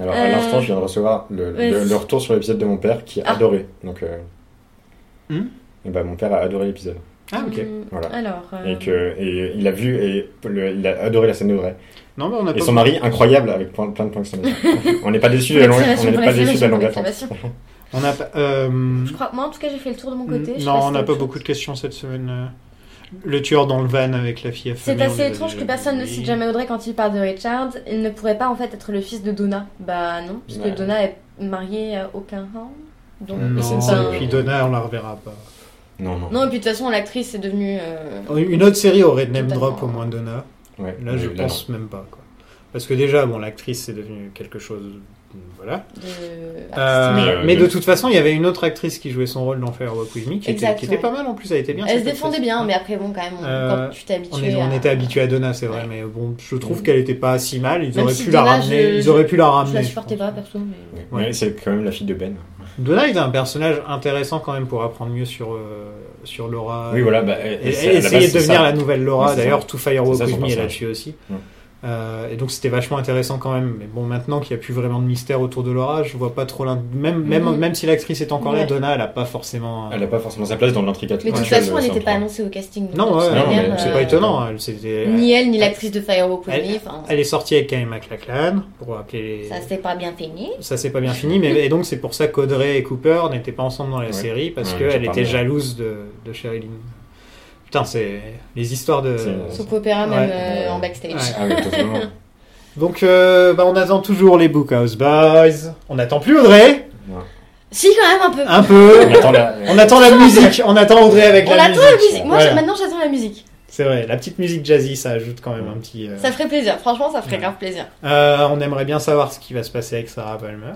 Alors, à
Euh,
l'instant, je viens de recevoir le, le-
vas-y.
le retour sur l'épisode de mon père qui
Ah.
adorait. Donc, euh,
Hmm.
et bah, mon père a adoré l'épisode.
Ah, ok.
Hum,
Voilà.
Alors. euh,
Et, que, et il a vu et le- il a adoré la scène d'Audrey.
Non, mais on a
Et
Ah, pas-
son mari, incroyable, avec plein, plein de points d'exclamation. on n'est pas déçus de la longue
L'exclamation
On n'est
pour
pas déçus de la longue
l'exclamation pour
attente.
l'exclamation.
On a pas- euh,
Je crois, moi en tout cas j'ai fait le tour de mon côté. Je sais
Mm. non,
si
on n'a
t'as
pas
autre
beaucoup de
chose.
questions cette semaine. euh. Le tueur dans le van avec la fille
C'est
affamée. on les
assez
a
étrange que
déjà
personne ne
dit.
cite jamais Audrey quand il parle de Richard. Il ne pourrait pas en fait être le fils de Donna. Bah non, parce que
Ouais.
Donna est mariée à aucun homme. Donc
Non,
c'est
ben,
une scène
et puis Donna, on la reverra pas.
Non, non.
Non, et puis de toute façon, l'actrice c'est devenue. euh,
Une autre série aurait name drop
Totalement.
au moins d'honneur.
Ouais,
Là, je
mais
pense même pas. Quoi. Parce que déjà, bon, l'actrice, c'est devenu quelque chose. Voilà.
de-
Euh,
Mais, euh,
mais de
même-
toute façon, il y avait une autre actrice qui jouait son rôle dans Fire Walk With Me, qui, était,
Exact,
qui était
ouais.
pas mal en plus, elle était bien.
Elle se
cette
défendait
actrice.
bien, mais après, bon, quand même, on-
Euh,
quand tu t'es habitué.
On, est- on
à-
était habitué à Donna, c'est vrai,
Ouais.
mais bon, je trouve
Mm.
qu'elle était pas si mal. Ils
Même
auraient
si
pu la
Donna,
ramener.
je-
Ils auraient pu la
Je
ramener.
la
je
supportais
pense.
pas, perso. Mais...
Ouais. Ouais, c'est quand même la fille de Ben.
Donna était un personnage intéressant quand même pour apprendre mieux sur euh, sur Laura.
Oui, voilà. Bah,
Et, et essayer de devenir la nouvelle
Oui,
Laura.
c'est ça.
D'ailleurs, tout Fire
C'est
Walk
ça,
With
son
Me est
personnage.
là-dessus aussi.
Mm.
Euh, et donc c'était vachement intéressant quand même. Mais bon, maintenant qu'il n'y a plus vraiment de mystère autour de Laura, je vois pas trop. l'in- Même même
Mhm.
même si l'actrice est encore là,
Ouais.
Donna, elle a pas forcément.
Elle n'a pas forcément sa place dans l'intricate.
Mais de toute
actuelle,
façon, elle
c'est
n'était
un
pas
peu-
annoncée au casting. donc,
Non,
de
ouais,
toute
Non,
manière,
mais
c'est
euh,
pas étonnant. hein, Elle, c'était-
Ni elle, ni l'actrice de Firewalk with
Elle-
Me, enfin,
elle est sortie avec Kyle MacLachlan pour rappeler.
ça s'est pas bien fini.
Ça s'est pas bien fini, mais et donc c'est pour ça qu'Audrey et Cooper n'étaient pas ensemble dans la
Ouais.
série parce
Ouais, j'en
qu'elle
parlais.
était jalouse de, de Sherilyn. Putain, c'est les histoires de.
C'est-
Soap opéra,
Ouais.
même euh,
Ouais.
en backstage.
Ouais.
Ah, oui, totalement.
Donc, euh, bah, on attend toujours les Bookhouse Boys. On attend plus Audrey,
Si, quand même, un peu.
un peu.
On attend la-
on attend la musique, on attend Audrey avec
On
la
attend
musique.
la musique. Moi,
Voilà.
j'ai- maintenant, j'attends la musique.
C'est vrai, la petite musique jazzy, ça ajoute quand même un petit. euh,
Ça ferait plaisir. Franchement, ça ferait
Ouais.
grave plaisir.
euh, on aimerait bien savoir ce qui va se passer avec Sarah Palmer.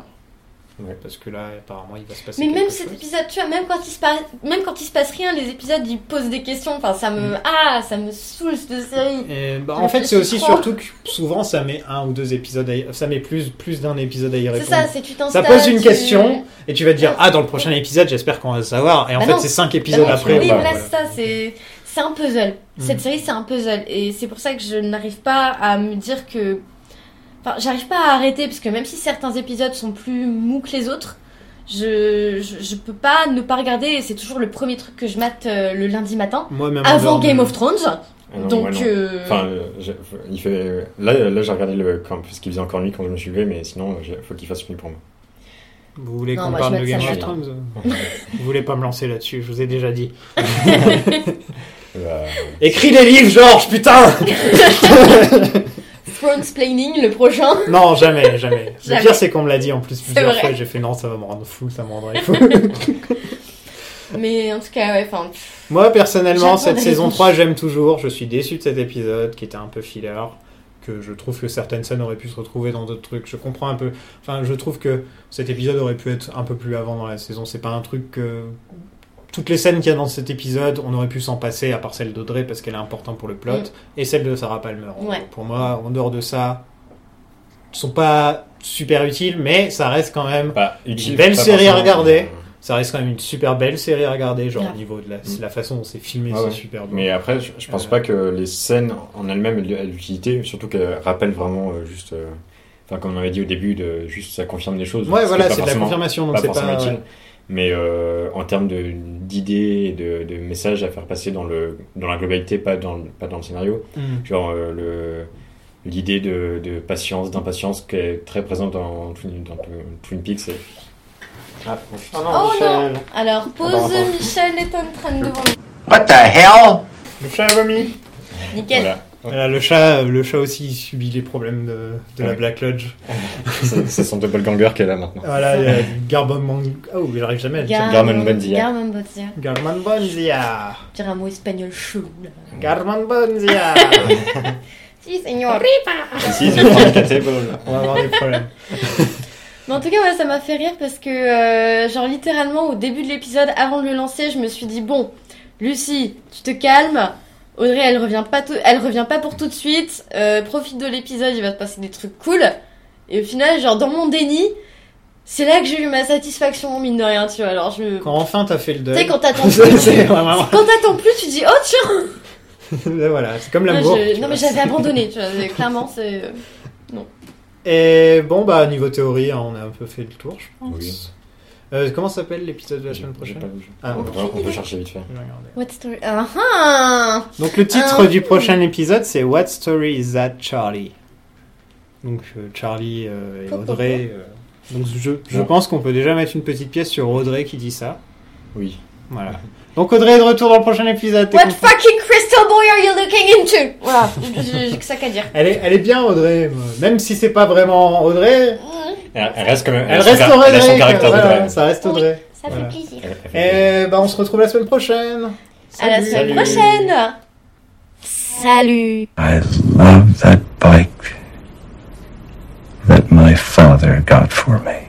Ouais.
Parce que là, apparemment, il va se passer.
Mais même
quelque
cet
chose.
épisode, tu vois, même quand il se passe, même quand il se passe rien, les épisodes ils posent des questions. Enfin, ça me,
Mm.
ah, ça me saoule cette série.
Et, bah,
Je
en fait, c'est
réfléchis
aussi
trop.
surtout que souvent ça met un ou deux épisodes, à y- ça met plus, plus d'un épisode à y
C'est
répondre.
ça, c'est tu
Ça
t'installes.
pose une
tu-
question et tu vas te dire
Ouais.
ah dans le prochain épisode j'espère qu'on va le savoir et en
Bah
fait
non.
c'est cinq
Bah
épisodes
non,
après.
Oui,
bah,
voilà,
voilà.
c'est ça, c'est, c'est un puzzle. Cette
Mm.
série, c'est un puzzle, et c'est pour ça que je n'arrive pas à me dire que, enfin, j'arrive pas à arrêter parce que même si certains épisodes sont plus mous que les autres. Je, je, je peux pas ne pas regarder, et c'est toujours le premier truc que je mate euh, le lundi matin,
Moi même
avant Game of Thrones.
Ah non, moi,
donc,
non.
euh,
Enfin, euh, j'ai- faut- il fait. Là, là j'ai regardé le... quand... parce qu'il faisait encore nuit quand je me suis levé, mais sinon, il faut qu'il fasse nuit pour moi.
Vous voulez
Non,
qu'on
moi,
parle
je
de Game
note ça
of
le matin.
Thrones Vous voulez pas me lancer là-dessus Je vous ai déjà dit.
Euh,
Écris des livres Georges putain
Thronesplaining, le prochain.
Non jamais jamais. Le
Jamais.
pire c'est qu'on me l'a dit en plus plusieurs
vrai.
fois. et J'ai fait non ça va me rendre fou ça me rendrait fou.
Mais en tout cas, ouais, enfin, pff,
Moi personnellement,
J'attends
cette
la
saison
réponse.
3, j'aime toujours. Je suis déçu de cet épisode qui était un peu filler, que je trouve que certaines scènes auraient pu se retrouver dans d'autres trucs. Je comprends un peu. Enfin, je trouve que cet épisode aurait pu être un peu plus avant dans la saison. C'est pas un truc que. Toutes les scènes qu'il y a dans cet épisode, on aurait pu s'en passer, à part celle d'Audrey parce qu'elle est importante pour le plot,
Mm.
et celle de Sarah Palmer. En
Ouais.
gros. Pour moi, en dehors de ça, sont pas super utiles, mais ça reste quand même
bah, utile,
Une belle
pas
série à
forcément,
regarder.
euh,
ça reste quand même une super belle série à regarder, genre
Grave.
au niveau de la, la façon dont c'est filmé,
Ah
c'est
ouais.
super beau.
Mais après, je, je pense
Euh.
pas que les scènes en elles-mêmes aient aient l'utilité, surtout qu'elles rappellent vraiment euh, juste. euh, Enfin, comme on avait dit au début, de, juste ça confirme des choses.
Ouais,
Ce qui
voilà,
est pas
c'est de la
forcément-
confirmation, donc
Pas
c'est
forcément
pas.
utile. Mais euh, en termes de- d'idées et de, de messages à faire passer dans, le, dans la globalité, pas dans, le- pas dans le scénario,
Hmm.
genre euh, le. L'idée de, de patience, d'impatience qui est très présente dans, Twin- dans Twin Peaks. et- Ah, oh non,
Oh non
Ah,
Alors, pause,
pardon.
Michel est en train de vomir.
What the hell?
Le chat a vomi.
Nickel.
Voilà.
Voilà, le chat, le chat aussi il subit les problèmes de, de la
Ouais.
Black Lodge.
C'est c'est son doppelganger qui est là maintenant.
Voilà, il y a Garbamang. Oh, il arrive jamais à le dire.
Garmon Bonzia.
Garmon Bonzia.
Garman Bonzia.
Je dirais un mot espagnol chelou, là.
Garman Bonzia.
Si, señor.
Ici, c'est le Catable.
On va avoir des problèmes.
Mais en tout cas, ouais, ça m'a fait rire parce que, euh, genre, littéralement, au début de l'épisode, avant de le lancer, je me suis dit, bon, Lucie, tu te calmes. Audrey, elle revient pas, tout- elle revient pas pour tout de suite. Euh, profite de l'épisode, il va se passer des trucs cool. Et au final, genre, dans mon déni, c'est là que j'ai eu ma satisfaction, mine de rien, tu vois. Alors, je.
Quand enfin t'as fait le
Tu sais,
deuil.
quand t'attends
C'est
plus.
vraiment-
Quand t'attends plus, tu dis, oh, tiens!
voilà, c'est comme
Ouais,
l'amour.
je-
tu
Non,
vois.
mais j'avais abandonné, tu vois, c'est- clairement, c'est.
Et bon, bah, niveau théorie, hein, on a un peu fait le tour, je pense.
Oui.
Euh, comment s'appelle l'épisode de la
J'ai-
semaine
j'ai
prochaine
pas vu.
Ah,
On
bon.
peut- on peut chercher vite fait.
Je vais regarder.
What story Ah ah
Donc le titre
Euh,
Ah.
du prochain épisode c'est What Story Is That Charlie Donc euh, Charlie euh, et
Pourquoi
Audrey. euh, donc je, je
Ouais.
pense qu'on peut déjà mettre une petite pièce sur Audrey qui dit ça.
Oui.
Voilà. Donc Audrey est de retour dans le prochain épisode. t'es
What
content
fucking crystal boy are you looking into Voilà, j'ai j'ai que ça qu'à dire.
elle, est, elle est bien Audrey, même si c'est pas vraiment Audrey.
Elle, elle reste quand même.
Elle
a son
reste
car-
Audrey.
Elle a son
quoi,
caractère
voilà,
de
Ça reste Audrey.
Ça Ça
Voilà.
fait plaisir.
Et bah, on se retrouve la semaine prochaine.
À la
Salut.
semaine
Salut.
prochaine
Salut.
I love that bike that my father got for me.